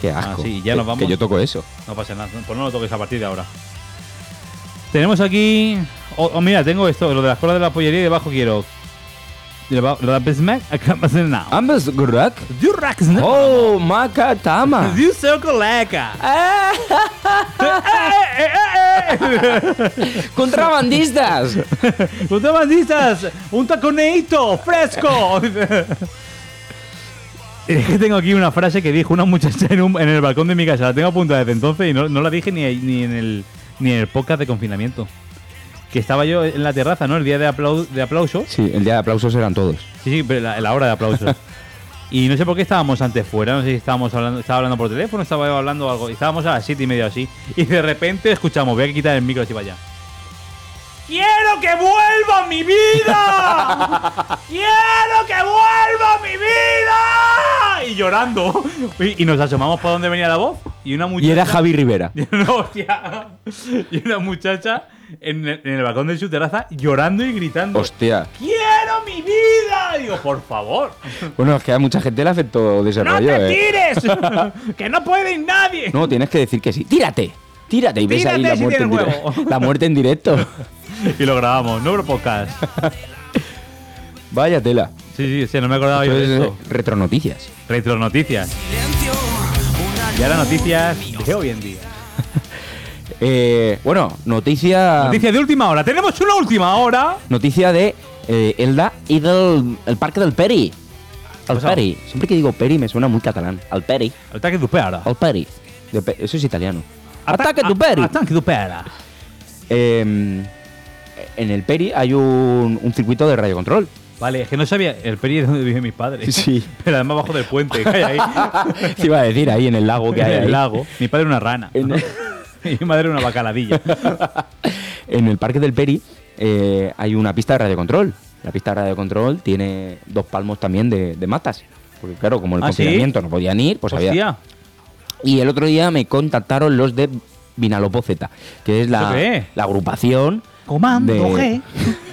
[SPEAKER 1] Qué asco.
[SPEAKER 2] Ah, sí, ya
[SPEAKER 1] que-
[SPEAKER 2] nos vamos.
[SPEAKER 1] Que yo toco eso.
[SPEAKER 2] No pasa nada, pues no lo toques a partir de ahora. Tenemos aquí. Oh, oh, mira, tengo esto, lo de la escuela de la pollería y debajo quiero. La Bismack acá más en nada.
[SPEAKER 1] Ambos Gurak.
[SPEAKER 2] Durax, ¿no?
[SPEAKER 1] Ah. Oh, Makatama.
[SPEAKER 2] You so coleca. Eh, eh, eh, eh.
[SPEAKER 1] Contrabandistas.
[SPEAKER 2] ¡Los bandistas! ¡Un taconeito! ¡Fresco! Es que tengo aquí una frase que dijo una muchacha en, un- en el balcón de mi casa. La tengo apuntada desde entonces y no, no la dije ni, ni en el, ni en el podcast de confinamiento. Que estaba yo en la terraza, ¿no? El día de, aplau- de aplauso.
[SPEAKER 1] Sí, el día de aplausos eran todos.
[SPEAKER 2] Sí, sí, pero la, la hora de aplauso. y no sé por qué estábamos antes fuera. No sé si estábamos hablando, estaba hablando por teléfono, estaba yo hablando algo. y Estábamos a las siete y media o así. Y de repente escuchamos, voy a quitar el micro así para allá. ¡Quiero que vuelva mi vida! ¡Quiero que vuelva mi vida! Y llorando. Y, y nos asomamos para donde venía la voz. Y una muchacha.
[SPEAKER 1] Y era Javi Rivera.
[SPEAKER 2] No, hostia. Y una muchacha en el, en el balcón de su terraza llorando y gritando.
[SPEAKER 1] Hostia.
[SPEAKER 2] ¡Quiero mi vida! Digo, por favor.
[SPEAKER 1] Bueno, es que a mucha gente le afectó de ese rollo, ¿eh?
[SPEAKER 2] tires! ¡Que no puede ir nadie!
[SPEAKER 1] No, tienes que decir que sí. ¡Tírate! ¡Tírate! Y ves ahí
[SPEAKER 2] Tírate
[SPEAKER 1] la
[SPEAKER 2] si
[SPEAKER 1] muerte, en
[SPEAKER 2] tienes
[SPEAKER 1] directo.
[SPEAKER 2] huevo.
[SPEAKER 1] la muerte en directo.
[SPEAKER 2] Y lo grabamos, no podcast.
[SPEAKER 1] Vaya tela.
[SPEAKER 2] Sí, sí, sí, no me acordaba Ah, yo de
[SPEAKER 1] Entonces, eh,
[SPEAKER 2] eso.
[SPEAKER 1] retro noticias.
[SPEAKER 2] Retro noticias. Y ahora noticias de hoy en día.
[SPEAKER 1] Eh, bueno, noticia.
[SPEAKER 2] Noticias de última hora. Tenemos una última hora.
[SPEAKER 1] noticia de eh, Elda y del el parque del Peri. Al
[SPEAKER 2] Pues, ah.
[SPEAKER 1] Peri. Siempre que digo Peri me suena muy catalán. Al Peri.
[SPEAKER 2] Ataque tu pera.
[SPEAKER 1] Al Peri. De pe- eso es italiano. Ataque tu Peri.
[SPEAKER 2] Ataque tu pera.
[SPEAKER 1] Eh, en el Peri hay un, un circuito de radio control.
[SPEAKER 2] Vale, es que no sabía el peri es donde viven mis padres.
[SPEAKER 1] Sí.
[SPEAKER 2] Pero además bajo del puente, que hay ahí.
[SPEAKER 1] Ah, Te iba a decir ahí en el lago que hay
[SPEAKER 2] en
[SPEAKER 1] ahí.
[SPEAKER 2] el lago. Mi padre una rana.
[SPEAKER 1] En-
[SPEAKER 2] Y mi madre una bacaladilla.
[SPEAKER 1] En el parque del Peri eh, hay una pista de radiocontrol. La pista de radiocontrol tiene dos palmos también de, de matas. Porque claro, como el
[SPEAKER 2] ¿Ah, sí?
[SPEAKER 1] confinamiento no podían ir, pues había.
[SPEAKER 2] Hostia.
[SPEAKER 1] Y el otro día me contactaron los de Vinalopóceta, que es
[SPEAKER 2] ¿Eso
[SPEAKER 1] la,
[SPEAKER 2] qué es?
[SPEAKER 1] la agrupación
[SPEAKER 2] Comando
[SPEAKER 1] de,
[SPEAKER 2] G.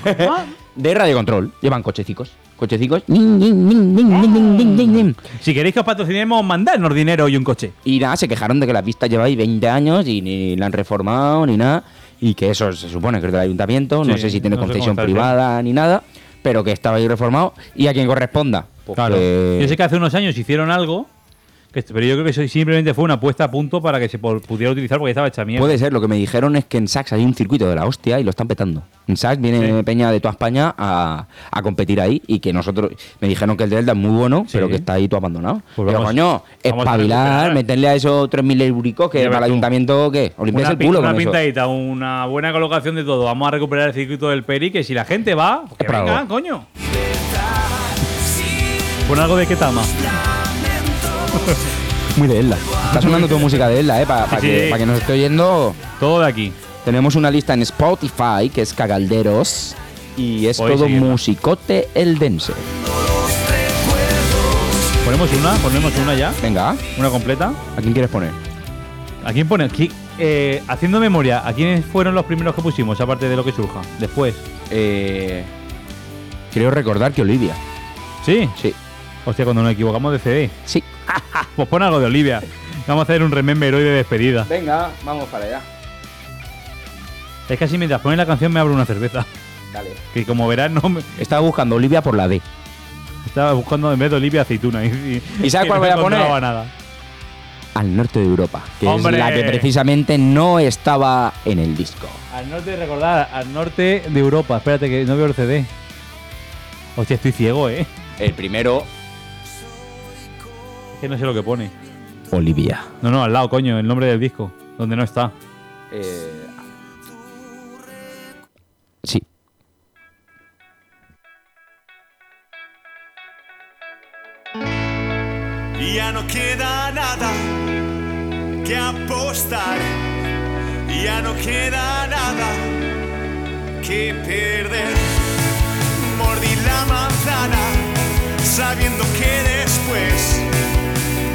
[SPEAKER 2] Ah. Comando.
[SPEAKER 1] de radiocontrol. Llevan cochecicos. Cochecicos. Nin, nin, nin, nin, nin, nin, nin, nin, nin.
[SPEAKER 2] Si queréis que os patrocinemos, mandadnos dinero y un coche.
[SPEAKER 1] Y nada, se quejaron de que la pista lleva ahí 20 años y ni la han reformado ni nada. Y que eso se supone que es del ayuntamiento, no
[SPEAKER 2] Sí,
[SPEAKER 1] sé si tiene
[SPEAKER 2] no sé cómo
[SPEAKER 1] concesión
[SPEAKER 2] está el
[SPEAKER 1] privada ni nada, pero que estaba ahí reformado y a quien corresponda. Pues que-
[SPEAKER 2] Yo sé que hace unos años hicieron algo, que, pero yo creo que eso simplemente fue una puesta a punto para que se po- pudiera utilizar porque estaba hecha mierda.
[SPEAKER 1] Puede ser, lo que me dijeron es que en Sax hay un circuito de la hostia y lo están petando. En Sax viene
[SPEAKER 2] Sí.
[SPEAKER 1] Peña de toda España a, a competir ahí y que nosotros me dijeron que el de Elda es muy bueno,
[SPEAKER 2] Sí.
[SPEAKER 1] pero que está ahí todo abandonado.
[SPEAKER 2] Pues
[SPEAKER 1] Pero
[SPEAKER 2] vamos-
[SPEAKER 1] coño,
[SPEAKER 2] vamos a
[SPEAKER 1] espabilar,
[SPEAKER 2] recuperar.
[SPEAKER 1] meterle a esos 3.000 euricos que
[SPEAKER 2] Ya ves
[SPEAKER 1] para el
[SPEAKER 2] tú.
[SPEAKER 1] ayuntamiento, ¿qué? Os limpiáis
[SPEAKER 2] una
[SPEAKER 1] el
[SPEAKER 2] pin-
[SPEAKER 1] culo
[SPEAKER 2] una
[SPEAKER 1] con eso.
[SPEAKER 2] pintadita, una buena colocación de todo. Vamos a recuperar el circuito del Peri, que si la gente va, que
[SPEAKER 1] para
[SPEAKER 2] venga,
[SPEAKER 1] algo.
[SPEAKER 2] coño. Pon algo de Ketama.
[SPEAKER 1] Muy de Elda. Está sonando tu música de Elda, ¿eh? Para
[SPEAKER 2] Sí,
[SPEAKER 1] que,
[SPEAKER 2] sí.
[SPEAKER 1] pa' que nos esté oyendo.
[SPEAKER 2] Todo de aquí.
[SPEAKER 1] Tenemos una lista en Spotify que es Cagalderos y es
[SPEAKER 2] Podéis
[SPEAKER 1] todo
[SPEAKER 2] seguirla.
[SPEAKER 1] musicote eldense.
[SPEAKER 2] Ponemos una, ponemos una ya.
[SPEAKER 1] Venga,
[SPEAKER 2] Una completa.
[SPEAKER 1] ¿a quién quieres poner?
[SPEAKER 2] ¿A quién pone? ¿Qui- eh, haciendo memoria, ¿a quiénes fueron los primeros que pusimos, aparte de lo que surja? Después.
[SPEAKER 1] Eh, creo recordar que Olivia.
[SPEAKER 2] ¿Sí?
[SPEAKER 1] Sí,
[SPEAKER 2] Hostia, cuando nos equivocamos de CD.
[SPEAKER 1] sí.
[SPEAKER 2] Pues pon algo de Olivia. Vamos a hacer un remember hoy de despedida.
[SPEAKER 1] Venga, vamos para allá.
[SPEAKER 2] Es que así mientras ponen la canción me abro una cerveza.
[SPEAKER 1] Dale.
[SPEAKER 2] Que como verás, no me-
[SPEAKER 1] Estaba buscando Olivia por la D.
[SPEAKER 2] estaba buscando en vez de Olivia aceituna. ¿Y,
[SPEAKER 1] ¿Y sabes
[SPEAKER 2] y
[SPEAKER 1] cuál
[SPEAKER 2] no
[SPEAKER 1] voy a
[SPEAKER 2] encontraba
[SPEAKER 1] poner?
[SPEAKER 2] nada.
[SPEAKER 1] Al norte de Europa, que
[SPEAKER 2] ¡Hombre!
[SPEAKER 1] es la que precisamente no estaba en el disco.
[SPEAKER 2] Al norte, recordad, al norte de Europa. Espérate que no veo el CD. Hostia, estoy ciego, ¿eh?
[SPEAKER 1] El primero,
[SPEAKER 2] Es que no sé lo que pone.
[SPEAKER 1] Olivia.
[SPEAKER 2] No, no, al lado, coño, el nombre del disco. Donde no está.
[SPEAKER 1] Eh, Sí.
[SPEAKER 3] Ya no queda nada que apostar. Ya no queda nada que perder. Mordí la manzana sabiendo que después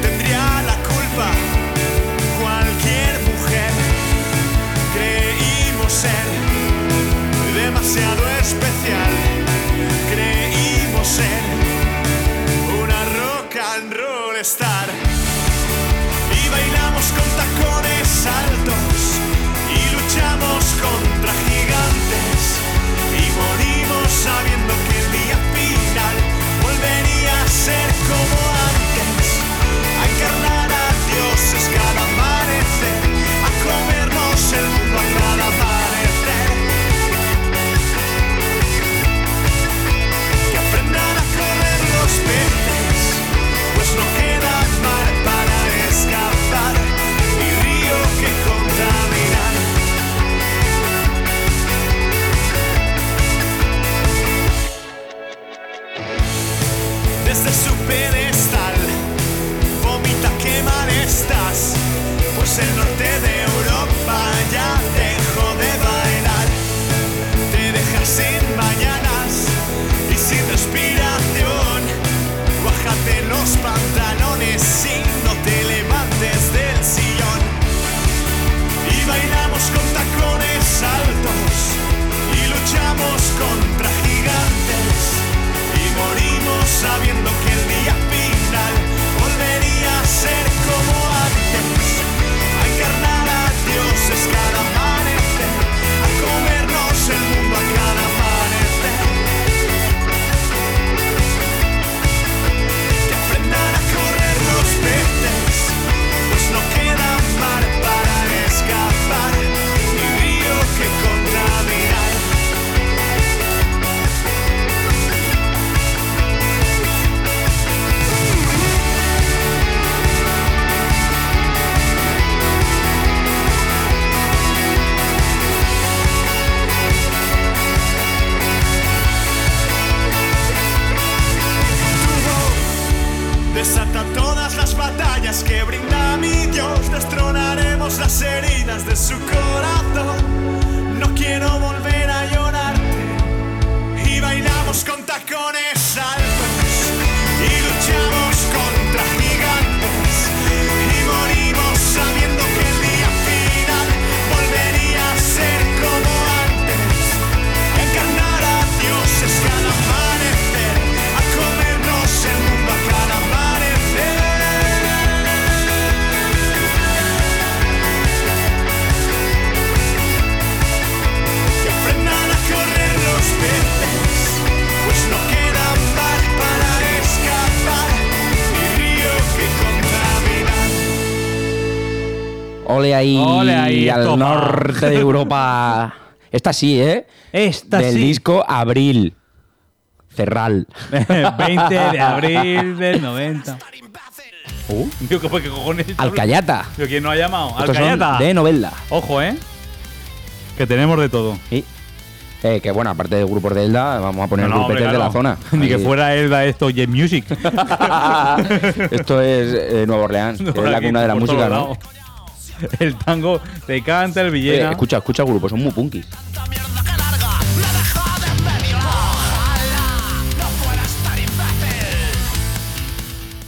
[SPEAKER 3] tendría la culpa cualquier mujer. Creímos ser demasiado especial. Creímos ser una rock and roll star. Y bailamos con tacones altos y luchamos contra gigantes y morimos sabiendo que el día final volvería a ser como antes. A encarnar a dioses cada amanecer, a comernos el mundo a cada amanecer. que aprendan a correr los peces, pues no queda mar para escapar, ni río que contaminar. Desde su pedestal, vomita que mal estás, pues el norte de Europa ya dejó de bailar te dejas sin mañanas y sin respiración. Bájate los pantalones y no te levantes del sillón. Y bailamos con tacones altos y luchamos contra gigantes. Y morimos sabiendo que el día final volvería a ser como antes. A encarnar a dioses cada amanecer, a comernos el mundo a cada amanecer. Que aprendan a correr los peces, pues no queda mar para escapar, ni río que contaminar. Desata todas las batallas que brinda mi Dios. Destronaremos las heridas de su corazón. No quiero volver a llorarte. Y bailamos con tacones altos. Y luchamos contra gigantes. Y morimos sabiendo que el día final volvería a ser como antes. Encarnar a dioses cada amanecer, a comernos el mundo a cada amanecer. Que aprendan a correr los peces, pues no queda mar para escapar, ni río que contaminar.
[SPEAKER 1] Ole ahí,
[SPEAKER 2] Ole ahí,
[SPEAKER 1] al
[SPEAKER 2] toma.
[SPEAKER 1] norte de Europa. Esta sí, ¿eh?
[SPEAKER 2] Esta
[SPEAKER 1] Del
[SPEAKER 2] sí.
[SPEAKER 1] disco Abril. Cerral.
[SPEAKER 2] 20 de abril del 90. Digo, ¿qué, fue? ¿Qué cojones?
[SPEAKER 1] Alcayata.
[SPEAKER 2] Digo, ¿quién nos ha llamado?
[SPEAKER 1] Estos son
[SPEAKER 2] Alcayata.
[SPEAKER 1] de novela.
[SPEAKER 2] Ojo, ¿eh? Que tenemos de todo.
[SPEAKER 1] Sí. Eh, que bueno, aparte de grupos de Elda, vamos a poner
[SPEAKER 2] No, no, hombre,
[SPEAKER 1] grupetes de
[SPEAKER 2] claro.
[SPEAKER 1] la zona.
[SPEAKER 2] Ni que
[SPEAKER 1] Ahí.
[SPEAKER 2] fuera Elda esto Jet Music.
[SPEAKER 1] Esto es eh, Nueva Orleans, que es la
[SPEAKER 2] Aquí,
[SPEAKER 1] cuna de la
[SPEAKER 2] por
[SPEAKER 1] música,
[SPEAKER 2] todos
[SPEAKER 1] ¿no?
[SPEAKER 2] lados. El tango te canta el
[SPEAKER 1] Oye,
[SPEAKER 2] Villena.
[SPEAKER 1] escucha, escucha el grupo, son muy punkis.
[SPEAKER 3] Tanta mierda que larga me dejó de medio. Ojalá no fueras tan imbécil.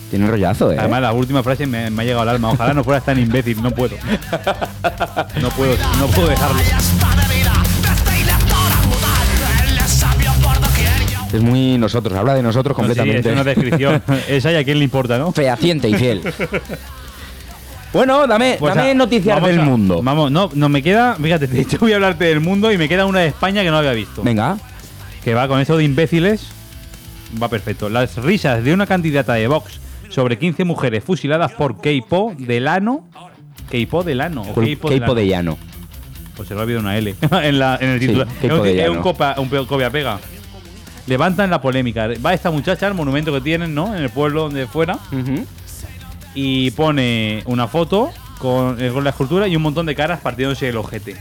[SPEAKER 1] Tienen rollazo, ¿eh?
[SPEAKER 2] Además, la última frase me, me ha llegado al alma. Ojalá no fueras tan imbécil. No puedo. No puedo, no puedo dejarlo.
[SPEAKER 1] es muy nosotros, habla de nosotros
[SPEAKER 2] No, sí,
[SPEAKER 1] completamente.
[SPEAKER 2] es una descripción. Esa y a quién le importa, ¿no?
[SPEAKER 1] Fehaciente y fiel. bueno, dame,
[SPEAKER 2] Pues
[SPEAKER 1] dame
[SPEAKER 2] a-
[SPEAKER 1] noticias
[SPEAKER 2] vamos
[SPEAKER 1] del
[SPEAKER 2] a-
[SPEAKER 1] mundo.
[SPEAKER 2] Vamos, no, no me queda. Fíjate, te he dicho, voy a hablarte del mundo y me queda una de España que no había visto.
[SPEAKER 1] Venga,
[SPEAKER 2] que va con eso de imbéciles, va perfecto. Las risas de una candidata de Vox sobre 15 mujeres fusiladas por Keipo Delano. Keipo Delano. o
[SPEAKER 1] Keipo,
[SPEAKER 2] Delano.
[SPEAKER 1] de llano.
[SPEAKER 2] Pues se lo ha habido una L en, la- en el título. es
[SPEAKER 1] Keipo
[SPEAKER 2] un,
[SPEAKER 1] de
[SPEAKER 2] es un
[SPEAKER 1] llano.
[SPEAKER 2] copa, un pe- copia-pega. Levantan la polémica. Va esta muchacha al monumento que tienen, ¿no? En el pueblo donde fuera. Y pone una foto con, eh, con la escultura y un montón de caras partiéndose el ojete.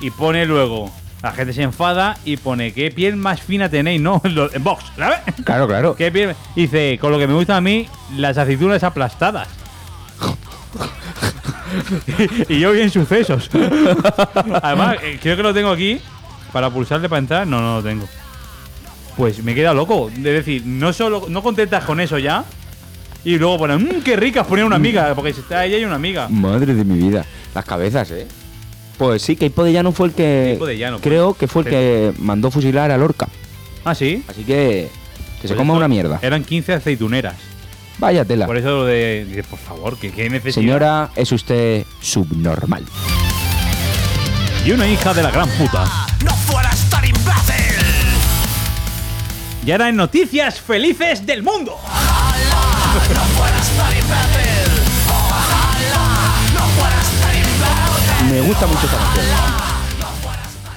[SPEAKER 2] Y pone luego. La gente se enfada y pone, ¿qué piel más fina tenéis, no? Lo- En Vox, ¿sabes?
[SPEAKER 1] Claro, claro.
[SPEAKER 2] ¿Qué piel? Dice, con lo que me gusta a mí, las aceitunas aplastadas. y yo bien sucesos. Además, eh, creo que lo tengo aquí para pulsarle para entrar. No, no lo tengo. Pues me queda loco. Es decir, no solo no contentas con eso ya. Y luego ponen, mmm, qué ricas ponía una amiga. Porque si está ella y una amiga.
[SPEAKER 1] Madre de mi vida. Las cabezas, ¿eh? Pues sí, Keipo de Llano fue el que.
[SPEAKER 2] Keipo de Llano, pues.
[SPEAKER 1] creo que fue el que mandó fusilar a Lorca.
[SPEAKER 2] Ah, sí.
[SPEAKER 1] Así que. Que se
[SPEAKER 2] Pues
[SPEAKER 1] coma
[SPEAKER 2] esto
[SPEAKER 1] una mierda.
[SPEAKER 2] Eran 15 aceituneras.
[SPEAKER 1] Vaya tela.
[SPEAKER 2] Por eso lo de, de, por favor, que qué necesidad.
[SPEAKER 1] Señora, es usted subnormal.
[SPEAKER 2] Y una hija de la gran puta.
[SPEAKER 3] No fueras tan imbécil.
[SPEAKER 2] Y ahora en noticias felices del mundo.
[SPEAKER 3] No fueras tan imbécil. Ojalá. No fueras tan imbécil.
[SPEAKER 1] Me gusta mucho esta canción.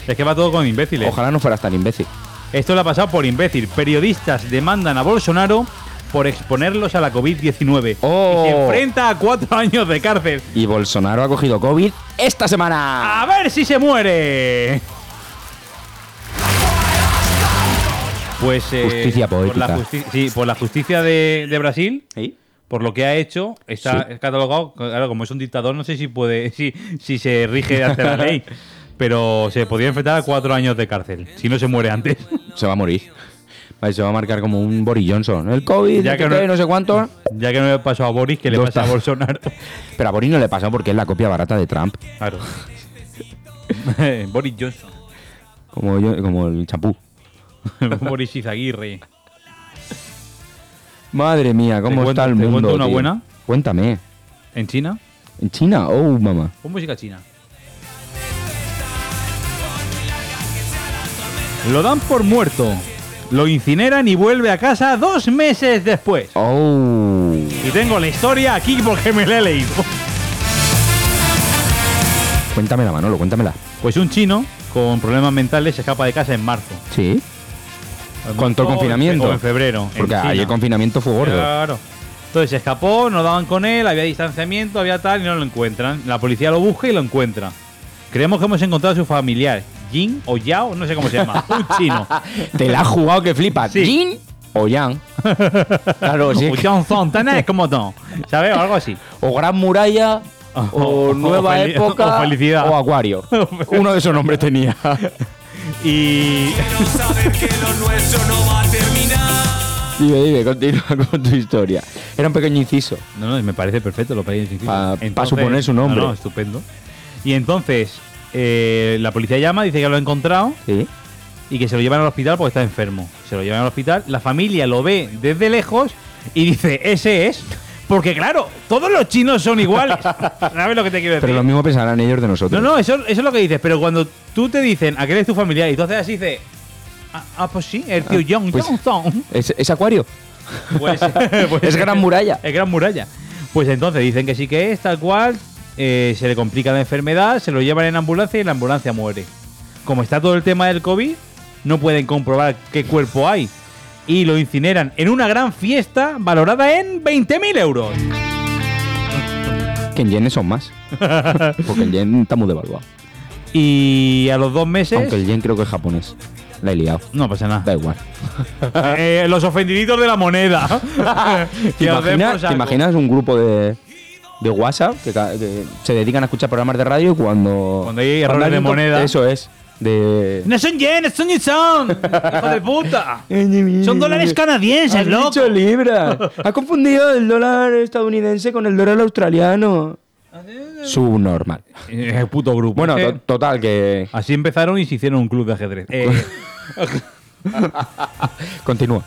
[SPEAKER 2] Es que va todo con imbéciles.
[SPEAKER 1] Ojalá no fueras tan imbécil.
[SPEAKER 2] Esto lo ha pasado por imbécil. Periodistas demandan a Bolsonaro por exponerlos a la COVID-19.
[SPEAKER 1] Oh.
[SPEAKER 2] Y se enfrenta a cuatro años de cárcel.
[SPEAKER 1] Y Bolsonaro ha cogido COVID esta semana.
[SPEAKER 2] A ver si se muere. Pues eh,
[SPEAKER 1] Justicia
[SPEAKER 2] por la,
[SPEAKER 1] poética.
[SPEAKER 2] justi- sí, por la justicia de, de Brasil,
[SPEAKER 1] ¿Sí?
[SPEAKER 2] por lo que ha hecho, está
[SPEAKER 1] Sí.
[SPEAKER 2] catalogado, claro, como es un dictador, no sé si puede, si, si se rige hacia la ley, pero se podría enfrentar a cuatro años de cárcel, si no se muere antes.
[SPEAKER 1] Se va a morir. Vale, Se va a marcar como un Boris Johnson. El COVID, no,
[SPEAKER 2] Ya
[SPEAKER 1] sé
[SPEAKER 2] que no-
[SPEAKER 1] qué, no sé cuánto.
[SPEAKER 2] Ya que no le pasó a Boris, que le
[SPEAKER 1] Dos
[SPEAKER 2] pasa a
[SPEAKER 1] ta-
[SPEAKER 2] Bolsonaro.
[SPEAKER 1] Pero a Boris no le pasa porque es la copia barata de Trump.
[SPEAKER 2] Claro. Boris Johnson.
[SPEAKER 1] Como, yo- como el champú.
[SPEAKER 2] Boris Izaguirre.
[SPEAKER 1] Madre mía, cómo
[SPEAKER 2] cuento-
[SPEAKER 1] está el
[SPEAKER 2] te
[SPEAKER 1] mundo.
[SPEAKER 2] cuento una
[SPEAKER 1] tío.
[SPEAKER 2] buena.
[SPEAKER 1] Cuéntame.
[SPEAKER 2] ¿En China?
[SPEAKER 1] ¿En China? Oh, mamá.
[SPEAKER 2] Con música china. Lo dan por muerto. Lo incineran y vuelve a casa dos meses después.
[SPEAKER 1] Oh.
[SPEAKER 2] Y tengo la historia aquí porque me la he leído.
[SPEAKER 1] Cuéntamela, Manolo, cuéntamela.
[SPEAKER 2] Pues un chino con problemas mentales se escapa de casa en marzo.
[SPEAKER 1] Sí. Con todo el
[SPEAKER 2] O en-
[SPEAKER 1] confinamiento.
[SPEAKER 2] o en febrero. en
[SPEAKER 1] Porque
[SPEAKER 2] China.
[SPEAKER 1] ahí el confinamiento fue gordo.
[SPEAKER 2] Claro. Entonces se escapó, no daban con él, había distanciamiento, había tal y no lo encuentran. La policía lo busca y lo encuentra. Creemos que hemos encontrado a su familiar, Jin o Yao, no sé cómo se llama, un chino.
[SPEAKER 1] Te la has jugado que flipas.
[SPEAKER 2] Sí. pues
[SPEAKER 1] ¿Jin o Yang? Claro, Pues sí.
[SPEAKER 2] O John Fontana es como no, ¿sabes? O algo así.
[SPEAKER 1] O Gran Muralla, o,
[SPEAKER 2] Ah, O- o
[SPEAKER 1] Nueva
[SPEAKER 2] fel-
[SPEAKER 1] Época,
[SPEAKER 2] o Felicidad.
[SPEAKER 1] o Acuario. Uno de esos nombres tenía.
[SPEAKER 2] Y
[SPEAKER 3] Quiero saber que lo nuestro no va a terminar.
[SPEAKER 1] Dime, dime, continúa con tu historia. Era un pequeño inciso.
[SPEAKER 2] No, no, me parece perfecto lo pedí en principio.
[SPEAKER 1] Pa- pa
[SPEAKER 2] Entonces-
[SPEAKER 1] suponer su nombre.
[SPEAKER 2] No, no, estupendo. Y entonces, eh, la policía llama, dice que lo ha encontrado
[SPEAKER 1] Sí.
[SPEAKER 2] y que se lo llevan al hospital porque está enfermo. Se lo llevan al hospital, la familia lo ve desde lejos y dice, ese es. Porque claro, todos los chinos son iguales. ¿Sabes lo que te quiero decir?
[SPEAKER 1] Pero lo mismo pensarán ellos de
[SPEAKER 2] No,
[SPEAKER 1] nosotros.
[SPEAKER 2] no, eso, eso es lo que dices, pero cuando tú te dicen, ¿a qué eres tu familiar? Y entonces así dices, ah, ah, pues sí, el tío John
[SPEAKER 1] pues-
[SPEAKER 2] Johnson.
[SPEAKER 1] ¿Es, es Acuario?
[SPEAKER 2] Pues, pues-
[SPEAKER 1] ¿Es Gran Muralla?
[SPEAKER 2] Es Gran Muralla. Pues entonces dicen que sí que es, tal cual. eh, se le complica la enfermedad, se lo llevan en ambulancia y la ambulancia muere. Como está todo el tema del COVID, no pueden comprobar qué cuerpo hay. Y lo incineran en una gran fiesta valorada en 20.000 euros.
[SPEAKER 1] Que en yenes son más. Porque el yen está muy devaluado.
[SPEAKER 2] Y a los dos meses...
[SPEAKER 1] Aunque el yen creo que es japonés. La he liado.
[SPEAKER 2] No pasa
[SPEAKER 1] Da
[SPEAKER 2] nada.
[SPEAKER 1] igual.
[SPEAKER 2] Eh, los ofendiditos de la moneda.
[SPEAKER 1] ¿Te
[SPEAKER 2] Que os den
[SPEAKER 1] imaginas,
[SPEAKER 2] por saco.
[SPEAKER 1] te imaginas un grupo de, de WhatsApp que, ca- que se dedican a escuchar programas de radio y cuando.
[SPEAKER 2] Cuando hay errores de
[SPEAKER 1] un to-
[SPEAKER 2] moneda.
[SPEAKER 1] Eso es. De.
[SPEAKER 2] No son yenes, son son. Hijo de puta. Son dólares canadienses,
[SPEAKER 1] Has
[SPEAKER 2] loco.
[SPEAKER 1] dicho libras. Ha confundido el dólar estadounidense con el dólar australiano. Subnormal.
[SPEAKER 2] El puto grupo.
[SPEAKER 1] Bueno,
[SPEAKER 2] Es que
[SPEAKER 1] to- total, que.
[SPEAKER 2] así empezaron y se hicieron un club de ajedrez. Eh,
[SPEAKER 1] Continúa.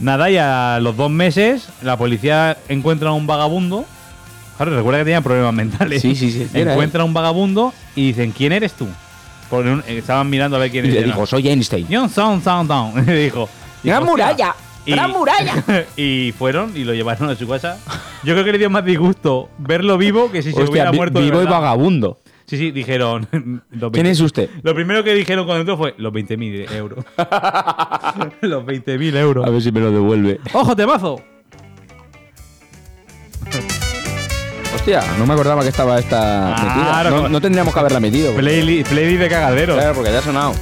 [SPEAKER 2] nada, y a los dos meses la policía encuentra a un vagabundo. Claro, recuerda que tenía problemas mentales.
[SPEAKER 1] Sí, sí, sí. Era él.
[SPEAKER 2] Encuentra a un vagabundo y dicen, ¿quién eres tú? por un- eh, estaban mirando a ver quién
[SPEAKER 1] Y le
[SPEAKER 2] era.
[SPEAKER 1] dijo, soy Einstein.
[SPEAKER 2] John Sound Sound Down. Le dijo.
[SPEAKER 1] ¡Gran
[SPEAKER 2] dijo, "Hostia".
[SPEAKER 1] muralla! ¡Gran muralla!
[SPEAKER 2] y fueron y lo llevaron a su casa. Yo creo que le dio más disgusto verlo vivo que si se
[SPEAKER 1] Hostia,
[SPEAKER 2] hubiera
[SPEAKER 1] vi-
[SPEAKER 2] muerto. de
[SPEAKER 1] vivo y
[SPEAKER 2] verdad.
[SPEAKER 1] vagabundo.
[SPEAKER 2] Sí, sí, dijeron. los
[SPEAKER 1] ¿Quién
[SPEAKER 2] 20.
[SPEAKER 1] es usted?
[SPEAKER 2] Lo primero que dijeron cuando entró fue los 20.000 euros. los 20.000 euros.
[SPEAKER 1] A ver si me lo devuelve.
[SPEAKER 2] ¡Ojo, temazo!
[SPEAKER 1] Hostia, no me acordaba que estaba esta metida.
[SPEAKER 2] Claro,
[SPEAKER 1] No-
[SPEAKER 2] como-
[SPEAKER 1] no, tendríamos que haberla metido.
[SPEAKER 2] Playlist playlist de cagadero.
[SPEAKER 1] Claro, porque ya ha sonado.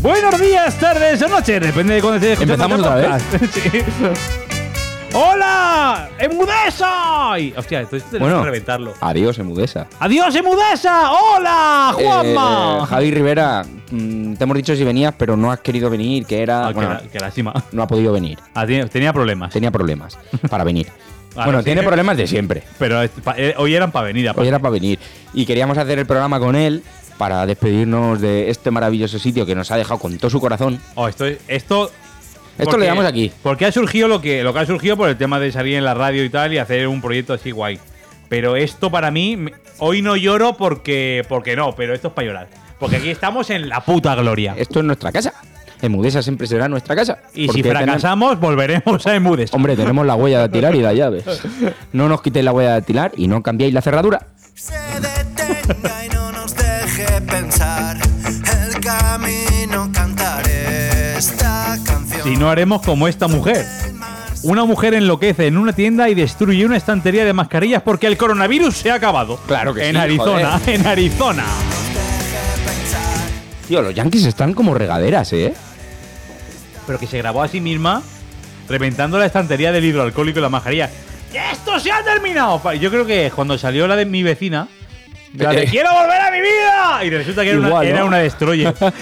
[SPEAKER 2] Buenos días, tardes o noches, depende de cuándo estés escuchando
[SPEAKER 1] ¿Empezamos
[SPEAKER 2] este
[SPEAKER 1] otra
[SPEAKER 2] podcast. Sí. ¡Hola! ¡Emudesa! Y- Hostia, esto es
[SPEAKER 1] Bueno.
[SPEAKER 2] reventarlo.
[SPEAKER 1] Adiós, Emudesa.
[SPEAKER 2] ¡Adiós, Emudesa! ¡Hola,
[SPEAKER 1] Eh,
[SPEAKER 2] Juanma!
[SPEAKER 1] Javi Rivera, mm, te hemos dicho si venías, pero no has querido venir, que era.
[SPEAKER 2] Ah, qué
[SPEAKER 1] bueno,
[SPEAKER 2] la- qué lástima.
[SPEAKER 1] no ha podido venir.
[SPEAKER 2] Ah, tenía, tenía problemas.
[SPEAKER 1] Tenía problemas para venir.
[SPEAKER 2] Ahora
[SPEAKER 1] bueno,
[SPEAKER 2] sí.
[SPEAKER 1] tiene problemas de siempre.
[SPEAKER 2] Pero es- pa- eh, hoy eran para venir.
[SPEAKER 1] Hoy
[SPEAKER 2] aparte.
[SPEAKER 1] era para venir. Y queríamos hacer el programa con él para despedirnos de este maravilloso sitio que nos ha dejado con todo su corazón.
[SPEAKER 2] Oh, esto, esto,
[SPEAKER 1] Esto lo dejamos aquí.
[SPEAKER 2] Porque ha surgido lo que, lo que ha surgido por el tema de salir en la radio y tal y hacer un proyecto así guay. Pero esto para mí, me- hoy no lloro porque, porque no, pero esto es para llorar. Porque aquí estamos en la puta gloria.
[SPEAKER 1] Esto es nuestra casa. Emudesa siempre será nuestra casa.
[SPEAKER 2] Y si
[SPEAKER 1] Porque tenemos-
[SPEAKER 2] fracasamos, volveremos a Emudes.
[SPEAKER 1] Hombre, tenemos la huella dactilar y la llave. No nos quitéis la huella dactilar y no cambiéis la cerradura.
[SPEAKER 4] se detenga y no nos deje pensar el camino cantar esta canción
[SPEAKER 2] Si no haremos como esta mujer. Una mujer enloquece en una tienda y destruye una estantería de mascarillas porque el coronavirus se ha acabado.
[SPEAKER 1] Claro que
[SPEAKER 2] en
[SPEAKER 1] sí,
[SPEAKER 2] Arizona, en Arizona.
[SPEAKER 1] Tío, los yankees están como regaderas, ¿eh?
[SPEAKER 2] pero que se grabó a sí misma reventando la estantería del hidroalcohólico y la mascarilla. ¡Esto se ha terminado! Pa- Yo creo que cuando salió la de mi vecina, la de
[SPEAKER 1] Eh.
[SPEAKER 2] ¡Quiero volver a mi vida! Y resulta que era,
[SPEAKER 1] Igual,
[SPEAKER 2] una, era
[SPEAKER 1] ¿no?
[SPEAKER 2] una destroyer.
[SPEAKER 1] Eh,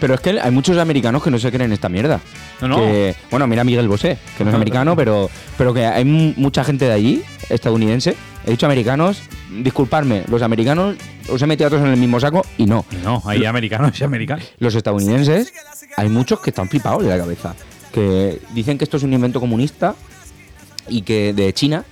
[SPEAKER 1] Pero es que hay muchos americanos que no se creen esta mierda.
[SPEAKER 2] No, no.
[SPEAKER 1] Que- bueno, mira a Miguel Bosé, que no es americano, pero, pero que hay mu- mucha gente de allí, estadounidense. He dicho americanos, disculpadme, los americanos os he metido a todos en el mismo saco y no.
[SPEAKER 2] Y no, ahí americanos y americanos.
[SPEAKER 1] Los estadounidenses, hay muchos que están flipados de la cabeza. Que dicen que esto es un invento comunista y que de China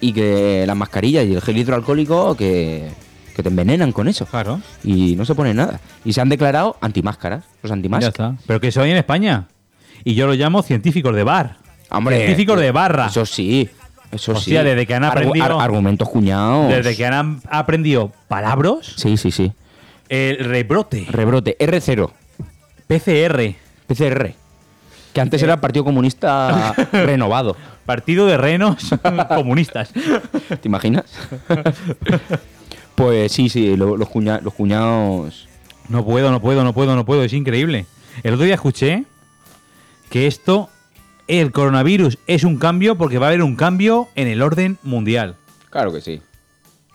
[SPEAKER 1] y que las mascarillas y el gel hidroalcohólico que, que te envenenan con eso.
[SPEAKER 2] Claro.
[SPEAKER 1] Y no se ponen nada. Y se han declarado antimáscaras, los antimáscaras.
[SPEAKER 2] Ya está. Pero que soy en España. Y yo lo llamo científicos de bar.
[SPEAKER 1] Hombre,
[SPEAKER 2] científicos de barra.
[SPEAKER 1] Eso sí, eso
[SPEAKER 2] Hostia,
[SPEAKER 1] sí.
[SPEAKER 2] desde que han
[SPEAKER 1] Argu-
[SPEAKER 2] aprendido-
[SPEAKER 1] ar- argumentos cuñados.
[SPEAKER 2] Desde que han aprendido palabras,
[SPEAKER 1] Sí, sí, sí.
[SPEAKER 2] el rebrote,
[SPEAKER 1] Rebrote, R0,
[SPEAKER 2] PCR,
[SPEAKER 1] PCR. Que antes
[SPEAKER 2] Eh.
[SPEAKER 1] era el Partido Comunista renovado.
[SPEAKER 2] partido de renos comunistas.
[SPEAKER 1] ¿Te imaginas? pues sí, sí, lo- los, cuña- los cuñados.
[SPEAKER 2] No puedo, no puedo, no puedo, no puedo. Es increíble. El otro día escuché que esto, el coronavirus, es un cambio porque va a haber un cambio en el orden mundial.
[SPEAKER 1] Claro que sí.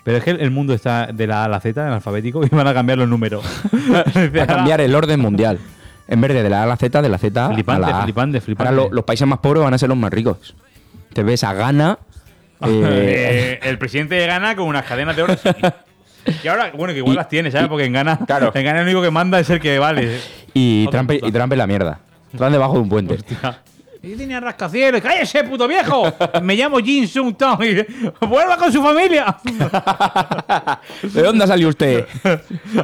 [SPEAKER 2] Pero es que el mundo está de la A a la Z, en alfabético, y van a cambiar los números.
[SPEAKER 1] Va a cambiar el orden mundial. En vez de de la A a la Z, de la Z
[SPEAKER 2] Flipante,
[SPEAKER 1] a la A.
[SPEAKER 2] flipante, flipante.
[SPEAKER 1] Ahora lo- los países más pobres van a ser los más ricos. Te ves a Ghana. eh,
[SPEAKER 2] Eh, el presidente de Ghana con unas cadenas de oro. Y ahora, bueno, que igual
[SPEAKER 1] Y-
[SPEAKER 2] las tiene, ¿sabes? Porque en Ghana,
[SPEAKER 1] Claro.
[SPEAKER 2] en Ghana el único que manda es el que vale.
[SPEAKER 1] y,
[SPEAKER 2] Otra
[SPEAKER 1] Trump, y
[SPEAKER 2] puta.
[SPEAKER 1] Trump en la mierda. Trump debajo de un puente.
[SPEAKER 2] Hostia. Y tenía rascacielos. ¡Cállese, puto viejo! Me llamo Jin Sung Tong y vuelva con su familia.
[SPEAKER 1] ¿De dónde salió usted?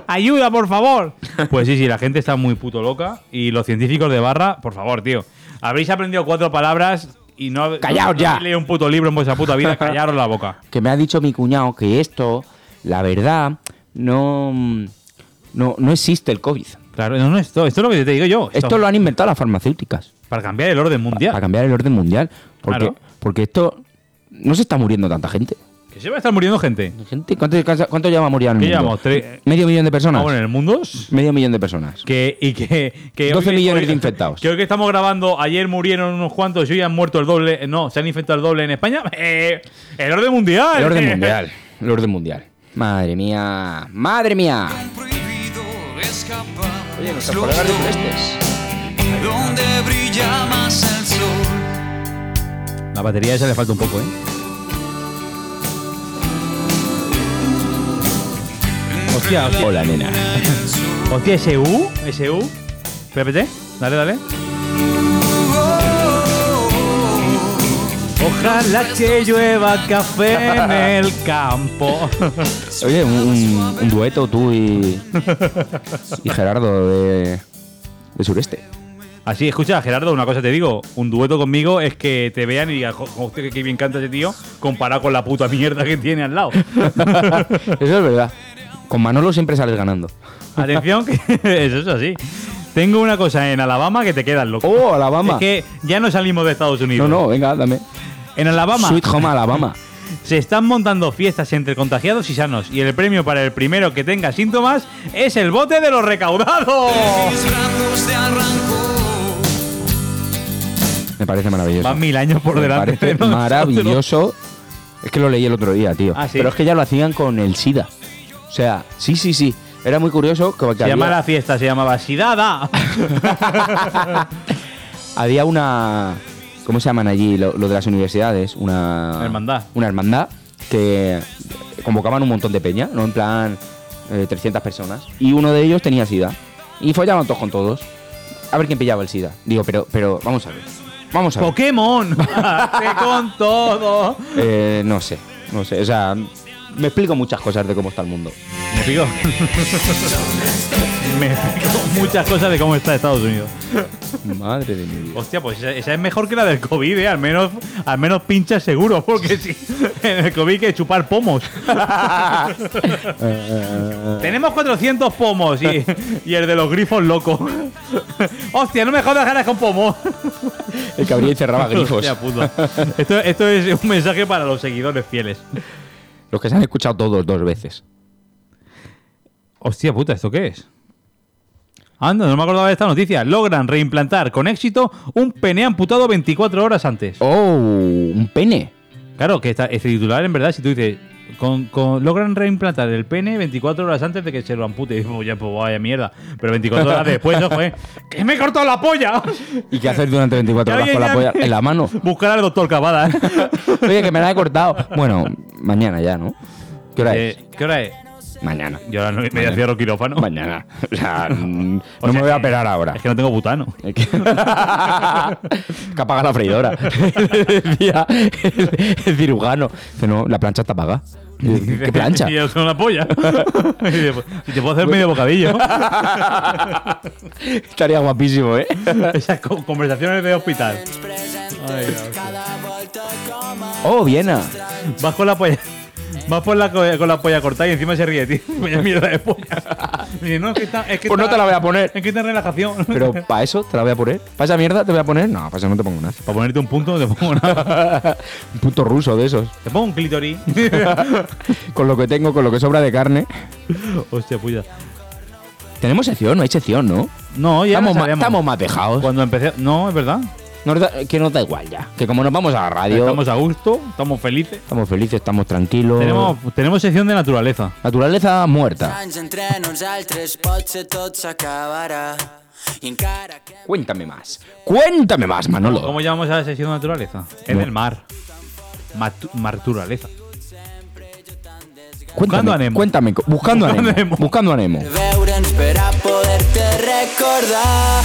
[SPEAKER 2] ¡Ayuda, por favor! Pues sí, sí, la gente está muy puto loca. Y los científicos de barra, por favor, tío. Habréis aprendido cuatro palabras y no.
[SPEAKER 1] ¡Callaos
[SPEAKER 2] no-
[SPEAKER 1] ya!
[SPEAKER 2] no leí un puto libro en vuestra puta vida, callaros la boca.
[SPEAKER 1] Que me ha dicho mi cuñado que esto, la verdad, no, no, no existe el COVID.
[SPEAKER 2] Claro, no, no, esto, Pues esto es lo que te digo yo.
[SPEAKER 1] Esto lo han inventado las farmacéuticas
[SPEAKER 2] Para cambiar el orden mundial.
[SPEAKER 1] para cambiar el orden mundial. Porque,
[SPEAKER 2] Claro.
[SPEAKER 1] porque esto no se está muriendo tanta gente.
[SPEAKER 2] Que se va a estar muriendo gente.
[SPEAKER 1] gente ¿Cuánto, cuánto lleva a morir al
[SPEAKER 2] ¿Qué
[SPEAKER 1] mundo?
[SPEAKER 2] llevamos? Tres- Ah,
[SPEAKER 1] Medio millón de personas.
[SPEAKER 2] Ahora en el mundo.
[SPEAKER 1] Medio millón de personas.
[SPEAKER 2] Que, y que, que
[SPEAKER 1] 12
[SPEAKER 2] hoy-
[SPEAKER 1] millones
[SPEAKER 2] hoy-
[SPEAKER 1] de infectados.
[SPEAKER 2] Que hoy que estamos grabando, ayer murieron unos cuantos y hoy han muerto el doble. No, se han infectado el doble en España. Eh, el orden mundial.
[SPEAKER 1] El orden mundial. El orden mundial. Madre mía. Madre mía.
[SPEAKER 4] prohibido escapar
[SPEAKER 1] Oye, nuestros
[SPEAKER 4] Los
[SPEAKER 1] colegas de
[SPEAKER 4] dos, donde brilla más el sol
[SPEAKER 2] La batería esa le falta un poco, ¿eh? Hostia, hostia.
[SPEAKER 1] Ah, Hola, nena.
[SPEAKER 2] Hostia, ese U, ese U. Espérate, dale, dale.
[SPEAKER 4] Oh, oh, oh, oh.
[SPEAKER 2] Ojalá que llueva café en el campo.
[SPEAKER 1] Oye, un, un- un dueto tú y, y Gerardo de, de Sureste.
[SPEAKER 2] Así, escucha, Gerardo, una cosa te digo. Un dueto conmigo es que te vean y digan, "Jo- hostia, que bien canta ese tío, comparado con la puta mierda que tiene al lado.
[SPEAKER 1] Eso es verdad. Con Manolo siempre sales ganando.
[SPEAKER 2] Atención, que eso es así. Tengo una cosa en Alabama que te quedas loco.
[SPEAKER 1] ¡Oh, Alabama!
[SPEAKER 2] Es que ya no salimos de Estados
[SPEAKER 1] no,
[SPEAKER 2] Unidos.
[SPEAKER 1] no, venga, dame.
[SPEAKER 2] En Alabama
[SPEAKER 1] Sweet Home Alabama.
[SPEAKER 2] se están montando fiestas entre contagiados y sanos. Y el premio para el primero que tenga síntomas es el bote de los recaudados.
[SPEAKER 3] Mis brazos te arrancó.
[SPEAKER 1] Me parece maravilloso.
[SPEAKER 2] Van mil años por
[SPEAKER 1] Me
[SPEAKER 2] delante.
[SPEAKER 1] parece
[SPEAKER 2] de nosotros.
[SPEAKER 1] maravilloso. Es que lo leí el otro día, tío.
[SPEAKER 2] Ah, ¿sí?
[SPEAKER 1] Pero es que ya lo hacían con el SIDA. O sea, sí, sí, sí. Era muy curioso que, que
[SPEAKER 2] Se
[SPEAKER 1] había,
[SPEAKER 2] llama la fiesta, se llamaba Sidada.
[SPEAKER 1] había una. ¿Cómo se llaman allí lo, lo de las universidades? Una.
[SPEAKER 2] Hermandad.
[SPEAKER 1] Una hermandad que convocaban un montón de peña, ¿no? En plan, eh, 300 personas. Y uno de ellos tenía SIDA. Y follaban todos con todos. A ver quién pillaba el SIDA. Digo, pero, pero, vamos a ver. Vamos a ver.
[SPEAKER 2] Pokémon. Hazte con todo.
[SPEAKER 1] Eh, no sé, no sé. O sea, me explico muchas cosas de cómo está el mundo.
[SPEAKER 2] Me pico. Me pico muchas cosas de cómo está Estados Unidos.
[SPEAKER 1] Madre de mi vida.
[SPEAKER 2] Hostia, pues esa, esa es mejor que la del COVID, ¿eh? Al menos, al menos pincha seguro, porque si en el COVID hay que chupar pomos.
[SPEAKER 1] Eh,
[SPEAKER 2] Tenemos 400 pomos y, y el de los grifos loco. Hostia, no me jodas ganas con pomos.
[SPEAKER 1] El que abría y cerraba grifos.
[SPEAKER 2] Hostia puta. Esto, esto es un mensaje para los seguidores fieles.
[SPEAKER 1] Los que se han escuchado todos dos veces.
[SPEAKER 2] Hostia puta, ¿esto qué es? Anda, no me acordaba de esta noticia. Logran reimplantar con éxito un pene amputado 24 horas antes.
[SPEAKER 1] ¡Oh! Un pene.
[SPEAKER 2] Claro, que esta- este titular, en verdad, si tú dices, con, con- logran reimplantar el pene 24 horas antes de que se lo ampute. Y dices, "Oye, pues vaya mierda. Pero 24 horas después, ojo, eh, ¡Que me he cortado la polla!
[SPEAKER 1] ¿Y qué hacer durante 24 horas con la polla en la mano?
[SPEAKER 2] Buscar al doctor Cavada.
[SPEAKER 1] Oye, que me la he cortado. Bueno, mañana ya, ¿no? ¿Qué hora
[SPEAKER 2] Eh, ¿Qué hora es?
[SPEAKER 1] es? Mañana.
[SPEAKER 2] Yo ahora no- me cierro quirófano.
[SPEAKER 1] Mañana. O sea, mm,
[SPEAKER 2] O
[SPEAKER 1] no
[SPEAKER 2] sea,
[SPEAKER 1] me voy a
[SPEAKER 2] eh,
[SPEAKER 1] operar ahora.
[SPEAKER 2] Es que no tengo butano.
[SPEAKER 1] Es que, que apaga la freidora. Decía el, el cirujano. Dice, no, la plancha está apagada. Dice, ¿Qué plancha?
[SPEAKER 2] Y yo con la polla. Y dice, pues, si te puedo hacer medio bocadillo.
[SPEAKER 1] Estaría guapísimo, ¿eh?
[SPEAKER 2] Esas co- conversaciones de hospital.
[SPEAKER 1] Oh, Viena.
[SPEAKER 2] Vas con la polla. Vas por la, co- con la polla cortada y encima se ríe, tío. Vaya mierda de polla. Dice, no, es que está, es que
[SPEAKER 1] Pues no
[SPEAKER 2] está-
[SPEAKER 1] te la voy a poner.
[SPEAKER 2] Es que está en relajación.
[SPEAKER 1] Pero para eso te la voy a poner. ¿Para esa mierda te voy a poner? No, para eso no te pongo nada.
[SPEAKER 2] Para ponerte un punto, no te pongo nada.
[SPEAKER 1] Un puto ruso de esos.
[SPEAKER 2] Te pongo un clitoris.
[SPEAKER 1] Con lo que tengo, con lo que sobra de carne.
[SPEAKER 2] Hostia, puya.
[SPEAKER 1] Tenemos sección, no hay sección, ¿no?
[SPEAKER 2] No, ya
[SPEAKER 1] Estamos,
[SPEAKER 2] la
[SPEAKER 1] ma-
[SPEAKER 2] sabemos.
[SPEAKER 1] estamos más dejados.
[SPEAKER 2] Cuando empecé. No, es verdad.
[SPEAKER 1] Nos da- que nos da igual ya. Que como nos vamos a la radio, estamos,
[SPEAKER 2] Estamos a gusto, estamos felices.
[SPEAKER 1] felices, estamos tranquilos.
[SPEAKER 2] Tenemos, tenemos sección de naturaleza.
[SPEAKER 1] Naturaleza muerta.
[SPEAKER 5] anys entre nosaltres potser tot s'acabarà i encara que
[SPEAKER 1] Cuéntame más. Cuéntame más, Manolo.
[SPEAKER 2] ¿Cómo llamamos a la sección de naturaleza? En
[SPEAKER 1] No.
[SPEAKER 2] el mar. Matu- marturaleza.
[SPEAKER 1] Cuéntame,
[SPEAKER 2] Buscando a Nemo.
[SPEAKER 1] Cuéntame, co- buscando,
[SPEAKER 2] Buscando
[SPEAKER 1] a
[SPEAKER 2] a
[SPEAKER 1] Nemo.
[SPEAKER 2] Nemo.
[SPEAKER 1] Buscando a Nemo.
[SPEAKER 5] veure'ns per a poder-te recordar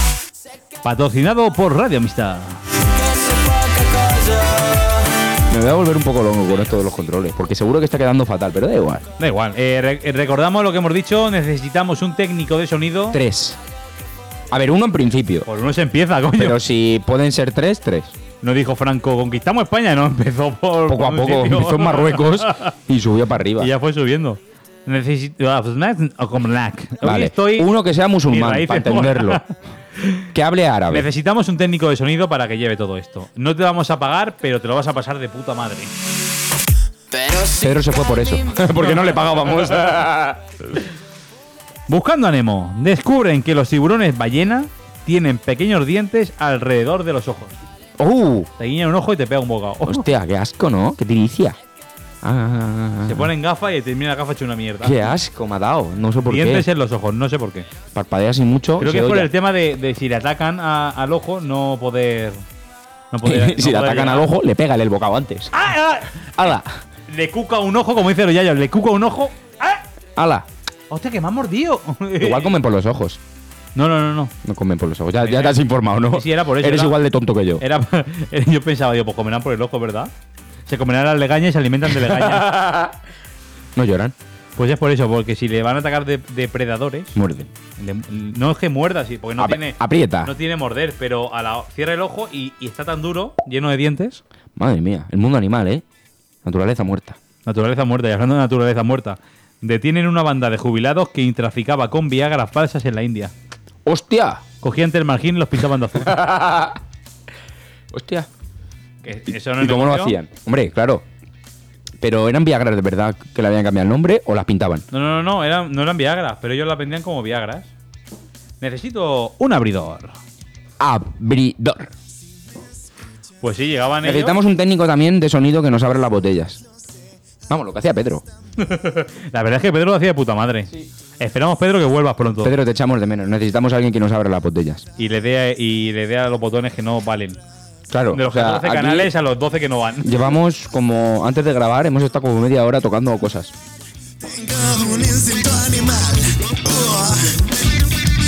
[SPEAKER 2] Patrocinado por Radio Amistad.
[SPEAKER 5] que sé poca cosa
[SPEAKER 1] Me voy a volver un poco longo con esto de los controles, porque seguro que está quedando fatal, pero da igual.
[SPEAKER 2] Da igual. Eh, re- recordamos lo que hemos dicho. Necesitamos un técnico de sonido.
[SPEAKER 1] Tres. A ver, uno en principio.
[SPEAKER 2] Por uno se empieza, coño.
[SPEAKER 1] Pero si pueden ser tres, tres.
[SPEAKER 2] no dijo Franco, conquistamos España. No, empezó por.
[SPEAKER 1] Poco a
[SPEAKER 2] por un
[SPEAKER 1] poco
[SPEAKER 2] sitio.
[SPEAKER 1] empezó en Marruecos y subió para arriba.
[SPEAKER 2] y ya fue subiendo. Ah, pues Necesito. o como lac. Hoy
[SPEAKER 1] Vale.
[SPEAKER 2] estoy-
[SPEAKER 1] Uno que sea musulmán,
[SPEAKER 2] mis raíces
[SPEAKER 1] para entenderlo.
[SPEAKER 2] moradas.
[SPEAKER 1] que hable árabe.
[SPEAKER 2] Necesitamos un técnico de sonido para que lleve todo esto. No te vamos a pagar, pero te lo vas a pasar de puta madre.
[SPEAKER 5] però sí
[SPEAKER 1] Pedro se fue por eso. porque no le pagábamos.
[SPEAKER 2] Buscando a Nemo, descubren que los tiburones ballena tienen pequeños dientes alrededor de los ojos.
[SPEAKER 1] ¡Uh!
[SPEAKER 2] Te guiñan un ojo y te pega un bocado.
[SPEAKER 1] Hostia, qué asco, ¿no? Qué tiricia. Ah,
[SPEAKER 2] Se ponen gafas y termina la gafa hecha una mierda.
[SPEAKER 1] Qué asco me ha dado. No sé por
[SPEAKER 2] Dientes
[SPEAKER 1] qué.
[SPEAKER 2] en los ojos, no sé por qué.
[SPEAKER 1] Parpadea así mucho.
[SPEAKER 2] Creo
[SPEAKER 1] se
[SPEAKER 2] que es por
[SPEAKER 1] oye.
[SPEAKER 2] el tema de, de si le atacan a- al ojo, no poder. No poder
[SPEAKER 1] si le
[SPEAKER 2] no poder
[SPEAKER 1] atacan
[SPEAKER 2] llegar.
[SPEAKER 1] al ojo, le pega el bocado antes.
[SPEAKER 2] ¡Ah,
[SPEAKER 1] ¡Hala!
[SPEAKER 2] ah! Le cuca un ojo, como dice los yayos, le cuca un ojo. ¡Ah!
[SPEAKER 1] ¡Hala!
[SPEAKER 2] ¡Hostia, que me han mordido!
[SPEAKER 1] Igual comen por los ojos.
[SPEAKER 2] No, no, no, no.
[SPEAKER 1] No comen por los ojos. Ya, ya te has informado, ¿no?
[SPEAKER 2] Sí, sí, era por eso,
[SPEAKER 1] Eres
[SPEAKER 2] era-
[SPEAKER 1] igual de tonto que yo.
[SPEAKER 2] Era, yo pensaba, digo, pues comerán por el ojo, ¿verdad? Se comerán las legañas y se alimentan de legañas.
[SPEAKER 1] No lloran,
[SPEAKER 2] pues es por eso, porque si le van a atacar de depredadores,
[SPEAKER 1] muerden.
[SPEAKER 2] le- no es que muerda, sí, porque no
[SPEAKER 1] Apri-
[SPEAKER 2] tiene.
[SPEAKER 1] aprieta.
[SPEAKER 2] No tiene morder, pero a la, cierra el ojo y, y está tan duro, lleno de dientes.
[SPEAKER 1] Madre mía, el mundo animal, ¿eh? Naturaleza muerta.
[SPEAKER 2] Naturaleza muerta, y hablando de naturaleza muerta, detienen una banda de jubilados que traficaba con Viagra falsas en la India.
[SPEAKER 1] ¡Hostia!
[SPEAKER 2] Cogían termargín y los pintaban de azul.
[SPEAKER 1] ¡Hostia!
[SPEAKER 2] Que
[SPEAKER 1] ¿Y,
[SPEAKER 2] eso no es
[SPEAKER 1] y cómo lo
[SPEAKER 2] negocio.
[SPEAKER 1] hacían? Hombre, claro. Pero eran Viagra de verdad que le habían cambiado el nombre o las pintaban.
[SPEAKER 2] No, no, no, no eran, no eran Viagras, pero ellos las vendían como Viagras. Necesito un abridor.
[SPEAKER 1] Abridor.
[SPEAKER 2] Pues sí, llegaban ellos.
[SPEAKER 1] Necesitamos un técnico también de sonido que nos abra las botellas. Vamos, lo que hacía Pedro.
[SPEAKER 2] La verdad es que Pedro lo hacía de puta madre. Esperamos, Pedro, que vuelvas pronto.
[SPEAKER 1] Pedro, te echamos de menos. Necesitamos a alguien que nos abra las botellas.
[SPEAKER 2] Y le dé a- y le dé a los botones que no valen.
[SPEAKER 1] Claro.
[SPEAKER 2] De los
[SPEAKER 1] o sea,
[SPEAKER 2] 14
[SPEAKER 1] aquí
[SPEAKER 2] canales a los 12 que no van.
[SPEAKER 1] Llevamos como. Antes de grabar, hemos estado como media hora tocando cosas.
[SPEAKER 4] Tengo un instinto animal. Oh.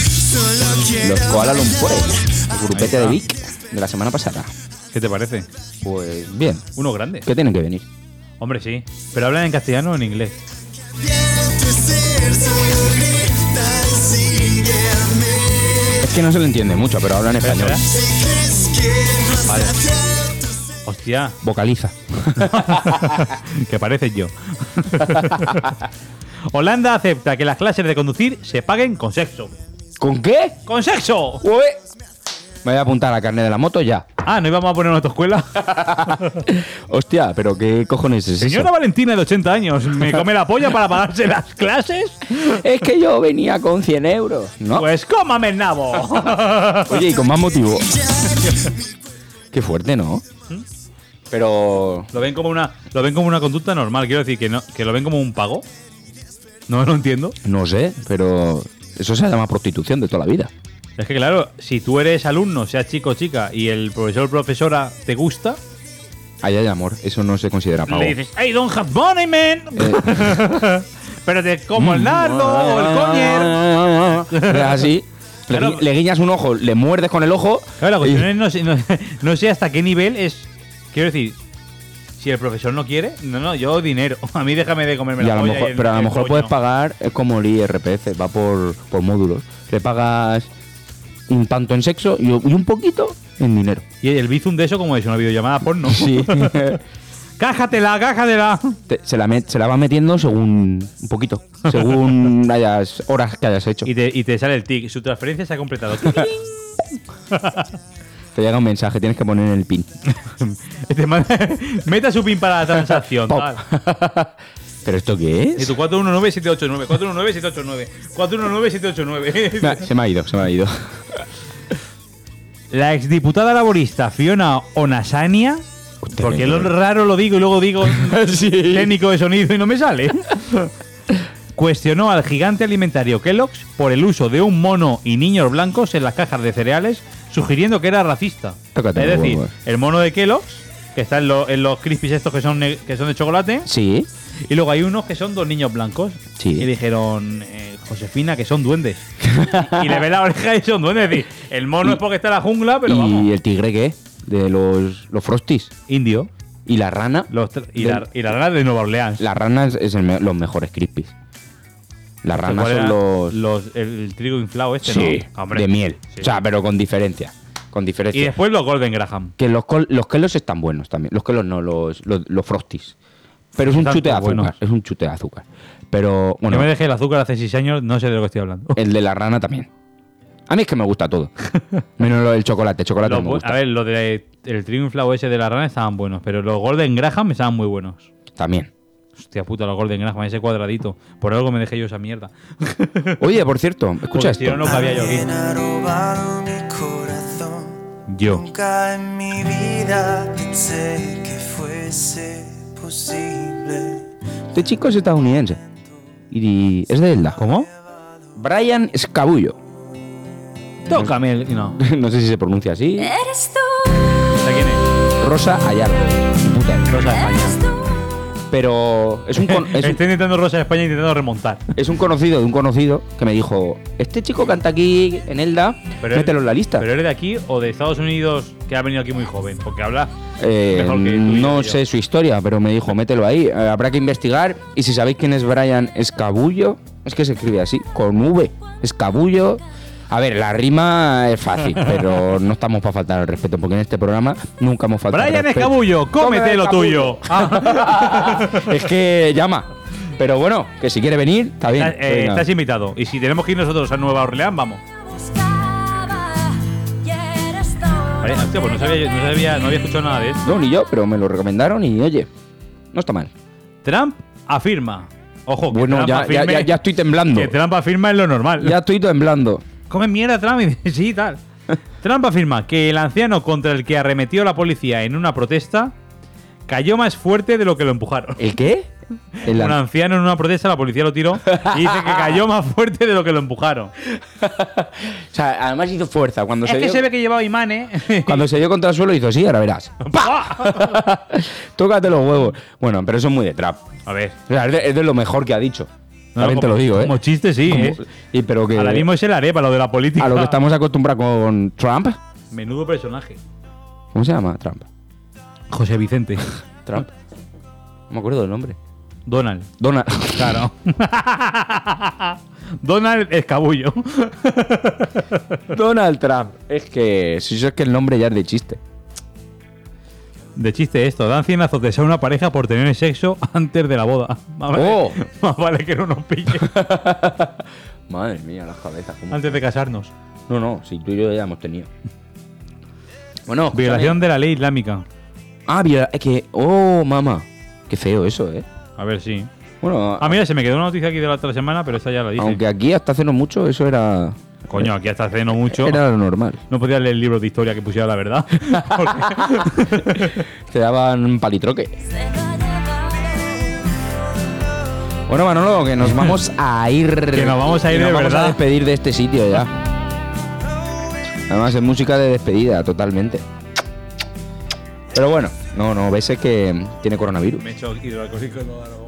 [SPEAKER 4] Solo quiero.
[SPEAKER 1] Los Koala Lumpures, el grupete de Vic de la semana pasada.
[SPEAKER 2] ¿Qué te parece?
[SPEAKER 1] Pues bien,
[SPEAKER 2] Uno grande.
[SPEAKER 1] que tienen que venir.
[SPEAKER 2] Hombre, sí. Pero hablan en castellano o en inglés.
[SPEAKER 4] Tu ser solo grita y sígueme.
[SPEAKER 1] Es que no se le entiende mucho, pero hablan español.
[SPEAKER 2] espera.
[SPEAKER 4] Si crees que vas
[SPEAKER 2] Vale.
[SPEAKER 4] a ser tu
[SPEAKER 2] Hostia.
[SPEAKER 1] Vocaliza.
[SPEAKER 2] que pareces yo. Holanda acepta que las clases de conducir se paguen con sexo.
[SPEAKER 1] ¿Con qué?
[SPEAKER 2] ¡Con sexo!
[SPEAKER 1] Ué. Me voy a apuntar a la carne de la moto ya.
[SPEAKER 2] Ah, ¿no íbamos a poner en autoescuela?
[SPEAKER 1] Hostia, pero qué cojones es
[SPEAKER 2] Señora
[SPEAKER 1] eso.
[SPEAKER 2] Valentina de 80 años, ¿me come la polla para pagarse las clases?
[SPEAKER 1] Es que yo venía con 100 euros. ¿No?
[SPEAKER 2] Pues cómame el nabo.
[SPEAKER 1] Oye, y con más motivo. qué fuerte, ¿no? Pero.
[SPEAKER 2] lo ven como una lo ven como una conducta normal, quiero decir que no que lo ven como un pago. No lo entiendo.
[SPEAKER 1] No sé, pero. Eso se llama prostitución de toda la vida.
[SPEAKER 2] Es que claro, si tú eres alumno, seas chico o chica y el profesor o profesora te gusta,
[SPEAKER 1] Ahí hay amor, eso no se considera pago.
[SPEAKER 2] le dices, "Hey, don't have money, man."
[SPEAKER 1] Eh.
[SPEAKER 2] Pero te como el nardo o el coñer.
[SPEAKER 1] Es así. Le,
[SPEAKER 2] Claro.
[SPEAKER 1] gui- le guiñas un ojo, le muerdes con el ojo.
[SPEAKER 2] Claro, la
[SPEAKER 1] y-
[SPEAKER 2] cuestión es no sé, no, no sé hasta qué nivel es. Quiero decir, si el profesor no quiere, no, no, yo dinero. A mí déjame de comerme
[SPEAKER 1] y
[SPEAKER 2] la
[SPEAKER 1] a lo
[SPEAKER 2] polla
[SPEAKER 1] mejor,
[SPEAKER 2] el-
[SPEAKER 1] pero a lo
[SPEAKER 2] el
[SPEAKER 1] mejor
[SPEAKER 2] coño.
[SPEAKER 1] puedes pagar, es como el IRPF, va por, por módulos. Le pagas un tanto en sexo y, y un poquito en dinero.
[SPEAKER 2] Y el bizum de eso, como es una videollamada porno.
[SPEAKER 1] Sí.
[SPEAKER 2] cájatela, cájatela.
[SPEAKER 1] Te- se, la met- se la va metiendo según un poquito, según hayas horas que hayas hecho.
[SPEAKER 2] Y te, y te sale el tic. Su transferencia se ha completado. Tiling.
[SPEAKER 1] Te llega un mensaje, tienes que poner el pin.
[SPEAKER 2] Te manda- Meta su pin para la transacción.
[SPEAKER 1] Pop.
[SPEAKER 2] tal.
[SPEAKER 1] ¿Pero esto qué
[SPEAKER 2] Y
[SPEAKER 1] es?
[SPEAKER 2] tu 419-789, 419-789, 419-789.
[SPEAKER 1] Nah, se me ha ido, se me ha ido.
[SPEAKER 2] La exdiputada laborista Fiona Onasania. Porque lo
[SPEAKER 1] ¿eh?
[SPEAKER 2] raro lo digo y luego digo técnico de sonido y no me sale. Cuestionó al gigante alimentario Kellogg's por el uso de un mono y niños blancos en las cajas de cereales, sugiriendo que era racista.
[SPEAKER 1] Tócate
[SPEAKER 2] es
[SPEAKER 1] los
[SPEAKER 2] decir,
[SPEAKER 1] huevos.
[SPEAKER 2] el mono de Kellogg's, que está en, lo- en los crispies estos que son, ne- que son de chocolate,
[SPEAKER 1] Sí.
[SPEAKER 2] y luego hay unos que son dos niños blancos.
[SPEAKER 1] Sí.
[SPEAKER 2] Y dijeron, eh, Josefina, que son duendes. y le ve la oreja y son duendes. Es decir, el mono es porque está en la jungla, pero
[SPEAKER 1] ¿Y
[SPEAKER 2] vamos.
[SPEAKER 1] el tigre qué? De los, los frosties.
[SPEAKER 2] Indio.
[SPEAKER 1] ¿Y la rana?
[SPEAKER 2] Los tr- y, la, y la rana de Nueva Orleans.
[SPEAKER 1] La rana es, es el me- los mejores crispies. Las ranas
[SPEAKER 2] ¿Cuál
[SPEAKER 1] son
[SPEAKER 2] era?
[SPEAKER 1] los.
[SPEAKER 2] el, el trigo inflado este,
[SPEAKER 1] sí,
[SPEAKER 2] ¿no? Hombre.
[SPEAKER 1] de miel.
[SPEAKER 2] Sí.
[SPEAKER 1] O sea, pero con diferencia. Con
[SPEAKER 2] y
[SPEAKER 1] diferencia.
[SPEAKER 2] después los Golden Graham.
[SPEAKER 1] Que los, col- los kelos están buenos también. Los kelos no, los, los, los frosties. Pero es un
[SPEAKER 2] Están
[SPEAKER 1] chute de azúcar.
[SPEAKER 2] buenos.
[SPEAKER 1] Es un chute de azúcar. Pero bueno,
[SPEAKER 2] Yo me dejé el azúcar hace 6 años, no sé de lo que estoy hablando.
[SPEAKER 1] el de la rana también. A mí es que me gusta todo. Menos lo del chocolate. Chocolate
[SPEAKER 2] Los
[SPEAKER 1] no me
[SPEAKER 2] bu-
[SPEAKER 1] gusta.
[SPEAKER 2] a ver, los del trigo inflado ese de la rana estaban buenos, pero los Golden Graham me estaban muy buenos.
[SPEAKER 1] También.
[SPEAKER 2] Hostia puta, los Golden Graham, ese cuadradito. Por algo me dejé yo esa mierda.
[SPEAKER 1] Oye, por cierto,
[SPEAKER 2] Porque
[SPEAKER 1] escucha
[SPEAKER 2] si no,
[SPEAKER 1] esto.
[SPEAKER 2] no cabía yo aquí.
[SPEAKER 4] Alguien ha robado mi corazón.
[SPEAKER 2] Yo.
[SPEAKER 4] Nunca en mi vida pensé que fuese posible.
[SPEAKER 1] Este chico es estadounidense. Y es de Elda.
[SPEAKER 2] ¿Cómo?
[SPEAKER 1] Brian Escabullo.
[SPEAKER 2] Tócame el. No.
[SPEAKER 1] no sé si se pronuncia así.
[SPEAKER 6] Eres tú,
[SPEAKER 2] ¿Esta quién es?
[SPEAKER 1] Rosa Ayala. Puta,
[SPEAKER 2] Rosa de España.
[SPEAKER 1] Pero es un, con- es, un,
[SPEAKER 2] Está intentando Rosa de España intentando remontar.
[SPEAKER 1] es un conocido de un conocido que me dijo: Este chico canta aquí en Elda,
[SPEAKER 2] Pero
[SPEAKER 1] mételo en la lista.
[SPEAKER 2] ¿Pero eres de aquí o de Estados Unidos que ha venido aquí muy joven? Porque habla
[SPEAKER 1] Eh,
[SPEAKER 2] mejor que tú y
[SPEAKER 1] no
[SPEAKER 2] yo.
[SPEAKER 1] sé su historia, pero me dijo, mételo ahí. eh, habrá que investigar. Y si sabéis quién es Brian Escabullo, es que se escribe así, con V. Escabullo. A ver, la rima es fácil, pero no estamos para faltar al respeto, porque en este programa nunca hemos faltado. al
[SPEAKER 2] Brian
[SPEAKER 1] respeto.
[SPEAKER 2] Escabullo, cómete lo
[SPEAKER 1] Escabullo.
[SPEAKER 2] tuyo. Ah.
[SPEAKER 1] es que llama. Pero bueno, que si quiere venir, está bien.
[SPEAKER 2] Estás, eh,
[SPEAKER 1] venga.
[SPEAKER 2] estás invitado. Y si tenemos que ir nosotros a Nueva Orleans, vamos. Vale, hostia, pues no sabía, no sabía- no había escuchado nada de esto.
[SPEAKER 1] No, ni yo, pero me lo recomendaron y oye, no está mal.
[SPEAKER 2] Trump afirma. Ojo, que
[SPEAKER 1] Bueno,
[SPEAKER 2] Trump
[SPEAKER 1] ya, ya,
[SPEAKER 2] afirme-
[SPEAKER 1] ya- ya estoy temblando.
[SPEAKER 2] Que Trump afirma es lo normal.
[SPEAKER 1] Ya estoy temblando.
[SPEAKER 2] Come mierda Trump y dice, sí, tal. Trump afirma que el anciano contra el que arremetió la policía en una protesta cayó más fuerte de lo que lo empujaron.
[SPEAKER 1] ¿El qué? El
[SPEAKER 2] Un anciano en una protesta, la policía lo tiró y dice que cayó más fuerte de lo que lo empujaron.
[SPEAKER 1] O sea, además hizo fuerza. Cuando,
[SPEAKER 2] es
[SPEAKER 1] se,
[SPEAKER 2] que
[SPEAKER 1] dio,
[SPEAKER 2] se ve que llevaba imanes.
[SPEAKER 1] cuando se dio contra el suelo hizo así, ahora verás. ¡Pah! Tócate los huevos. Bueno, pero eso es muy de trap.
[SPEAKER 2] A ver.
[SPEAKER 1] O sea, es de, es de lo mejor que ha dicho.
[SPEAKER 2] no,
[SPEAKER 1] También te
[SPEAKER 2] como-
[SPEAKER 1] lo digo, ¿eh?
[SPEAKER 2] Como chiste, sí.
[SPEAKER 1] Como-
[SPEAKER 2] ¿eh?
[SPEAKER 1] y pero que
[SPEAKER 2] Ahora mismo es el arepa, lo de la política.
[SPEAKER 1] a lo que estamos acostumbrados con Trump.
[SPEAKER 2] Menudo personaje.
[SPEAKER 1] ¿Cómo se llama Trump?
[SPEAKER 2] José Vicente.
[SPEAKER 1] Trump. No me acuerdo del nombre.
[SPEAKER 2] Donald.
[SPEAKER 1] Donald.
[SPEAKER 2] Claro. Donald Escabullo.
[SPEAKER 1] Donald Trump. Es que si eso es que el nombre ya es de chiste.
[SPEAKER 2] De chiste esto, dan cienazos de ser una pareja por tener sexo antes de la boda. Más vale,
[SPEAKER 1] ¡Oh!
[SPEAKER 2] más vale que no nos pille
[SPEAKER 1] Madre mía, las cabezas. cómo-
[SPEAKER 2] antes de casarnos.
[SPEAKER 1] No, no, si tú y yo ya hemos tenido. Bueno, escúchame.
[SPEAKER 2] Violación de la ley islámica.
[SPEAKER 1] Ah, viola- es que. Oh, mamá. Qué feo eso, eh.
[SPEAKER 2] A ver, sí.
[SPEAKER 1] Bueno,
[SPEAKER 2] Ah, mira, se me quedó una noticia aquí de la otra semana, pero esta ya la dije.
[SPEAKER 1] aunque aquí hasta hace no mucho eso era.
[SPEAKER 2] Coño, aquí hasta hace no mucho.
[SPEAKER 1] Era lo normal.
[SPEAKER 2] No podía leer libros de historia que pusiera la verdad.
[SPEAKER 1] Te daban un palitroque. Bueno, Manolo, que nos vamos a ir.
[SPEAKER 2] Que nos vamos a ir
[SPEAKER 1] que nos
[SPEAKER 2] de
[SPEAKER 1] vamos a
[SPEAKER 2] verdad.
[SPEAKER 1] despedir de este sitio ya. Además, es música de despedida, totalmente. Pero bueno, no, no, ves es que tiene coronavirus.
[SPEAKER 2] me he hecho hidroalcohólico. no, no.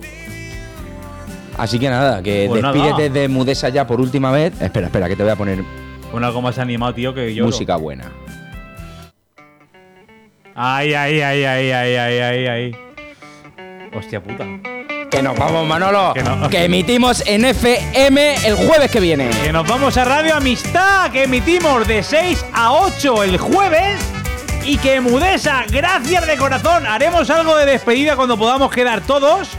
[SPEAKER 1] Así que nada, que
[SPEAKER 2] Pues nada.
[SPEAKER 1] despídete de Mudesa ya por última vez. Espera, espera, que te voy a poner
[SPEAKER 2] Pon algo más animado, tío, que yo.
[SPEAKER 1] música buena.
[SPEAKER 2] Ay, ay, ay, ay, ay, ay, ay, ay. Hostia puta.
[SPEAKER 1] Que nos vamos, Manolo.
[SPEAKER 2] Que no.
[SPEAKER 1] que emitimos en FM el jueves que viene.
[SPEAKER 2] Que nos vamos a Radio Amistad, que emitimos de 6 a 8 el jueves. Y que Mudesa, gracias de corazón. Haremos algo de despedida cuando podamos quedar todos.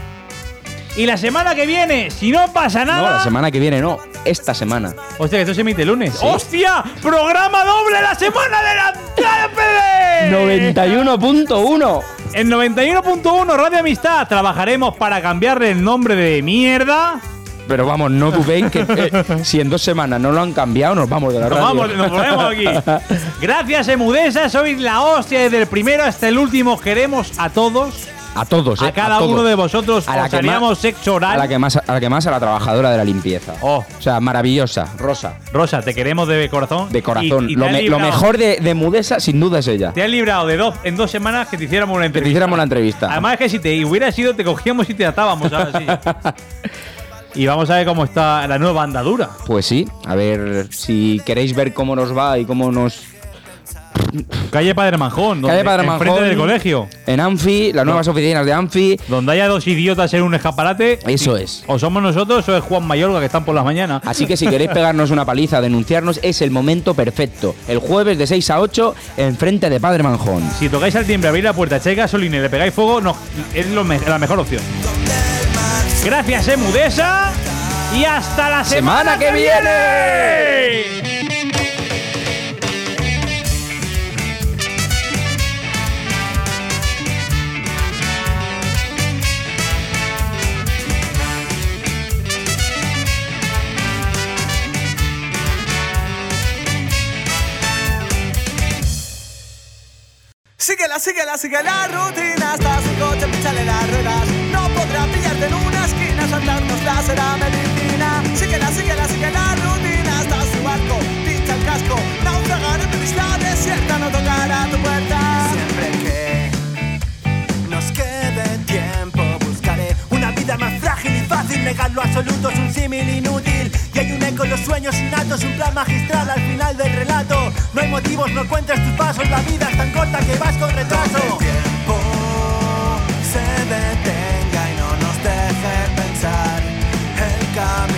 [SPEAKER 2] Y la semana que viene, si no pasa
[SPEAKER 1] No,
[SPEAKER 2] nada.
[SPEAKER 1] la semana que viene no, esta semana.
[SPEAKER 2] Hostia, que esto se emite el lunes. ¡Hostia! ¡Programa doble la semana de la TPD!
[SPEAKER 1] 91.1.
[SPEAKER 2] En 91.1 Radio Amistad trabajaremos para cambiarle el nombre de mierda.
[SPEAKER 1] Pero vamos, no dudéis que eh, si en dos semanas no lo han cambiado, nos vamos de la
[SPEAKER 2] Nos
[SPEAKER 1] radio.
[SPEAKER 2] vamos, nos ponemos aquí. Gracias, Emudesa. Sois la hostia desde el primero hasta el último. os Queremos a todos,
[SPEAKER 1] A todos, eh,
[SPEAKER 2] a cada
[SPEAKER 1] todos.
[SPEAKER 2] uno de vosotros.
[SPEAKER 1] A la
[SPEAKER 2] os
[SPEAKER 1] que
[SPEAKER 2] haríamos
[SPEAKER 1] más-
[SPEAKER 2] sexo
[SPEAKER 1] A
[SPEAKER 2] oral.
[SPEAKER 1] la, que más, a la que más a la trabajadora de la limpieza.
[SPEAKER 2] Oh.
[SPEAKER 1] O sea, maravillosa, Rosa,
[SPEAKER 2] Rosa, te queremos de corazón.
[SPEAKER 1] de corazón.
[SPEAKER 2] Y- y
[SPEAKER 1] lo,
[SPEAKER 2] te has
[SPEAKER 1] me- lo
[SPEAKER 2] librado-
[SPEAKER 1] mejor de, de Mudesa, sin duda, es ella.
[SPEAKER 2] Te has librado de dos, en dos semanas que te hiciéramos una
[SPEAKER 1] Que te
[SPEAKER 2] entrevista.
[SPEAKER 1] hiciéramos la entrevista.
[SPEAKER 2] Además es que si te hubiera sido, te cogíamos y te atábamos ahora sí. y vamos a ver cómo está la nueva andadura.
[SPEAKER 1] Pues sí, a ver si queréis ver cómo nos va y cómo nos.
[SPEAKER 2] Calle Padre Manjón, donde,
[SPEAKER 1] Calle Padre Manjón.
[SPEAKER 2] enfrente del colegio.
[SPEAKER 1] En Anfi, las nuevas oficinas de Anfi.
[SPEAKER 2] Donde haya dos idiotas en un escaparate.
[SPEAKER 1] Eso es.
[SPEAKER 2] O somos nosotros o es Juan Mayorga que están por las mañanas.
[SPEAKER 1] Así que si queréis pegarnos una paliza, denunciarnos, es el momento perfecto. El jueves de 6 a 8, enfrente de Padre Manjón.
[SPEAKER 2] Si tocáis al timbre, abrís la puerta, echáis gasolina y le pegáis fuego, no, es lo me- la mejor opción. Gracias, Emudesa. Y hasta la
[SPEAKER 1] ¡Semana
[SPEAKER 2] semana,
[SPEAKER 1] que viene!
[SPEAKER 2] viene.
[SPEAKER 3] Síguela, síguela, sigue la rutina Hasta su coche, píchale las ruedas No podrá pillarte en una esquina Saltarnos la será medicina Síguela, síguela, sigue la rutina Hasta su barco, pincha el casco Naufragar en tu isla desierta No tocará tu puerta
[SPEAKER 4] Siempre que nos quede tiempo, buscaré
[SPEAKER 6] sueños innatos, un plan magistral al final del relato. No hay motivos, no cuentes tus pasos, la vida es tan corta que vas con retraso.
[SPEAKER 4] tiempo se detenga y no nos deje pensar el camino.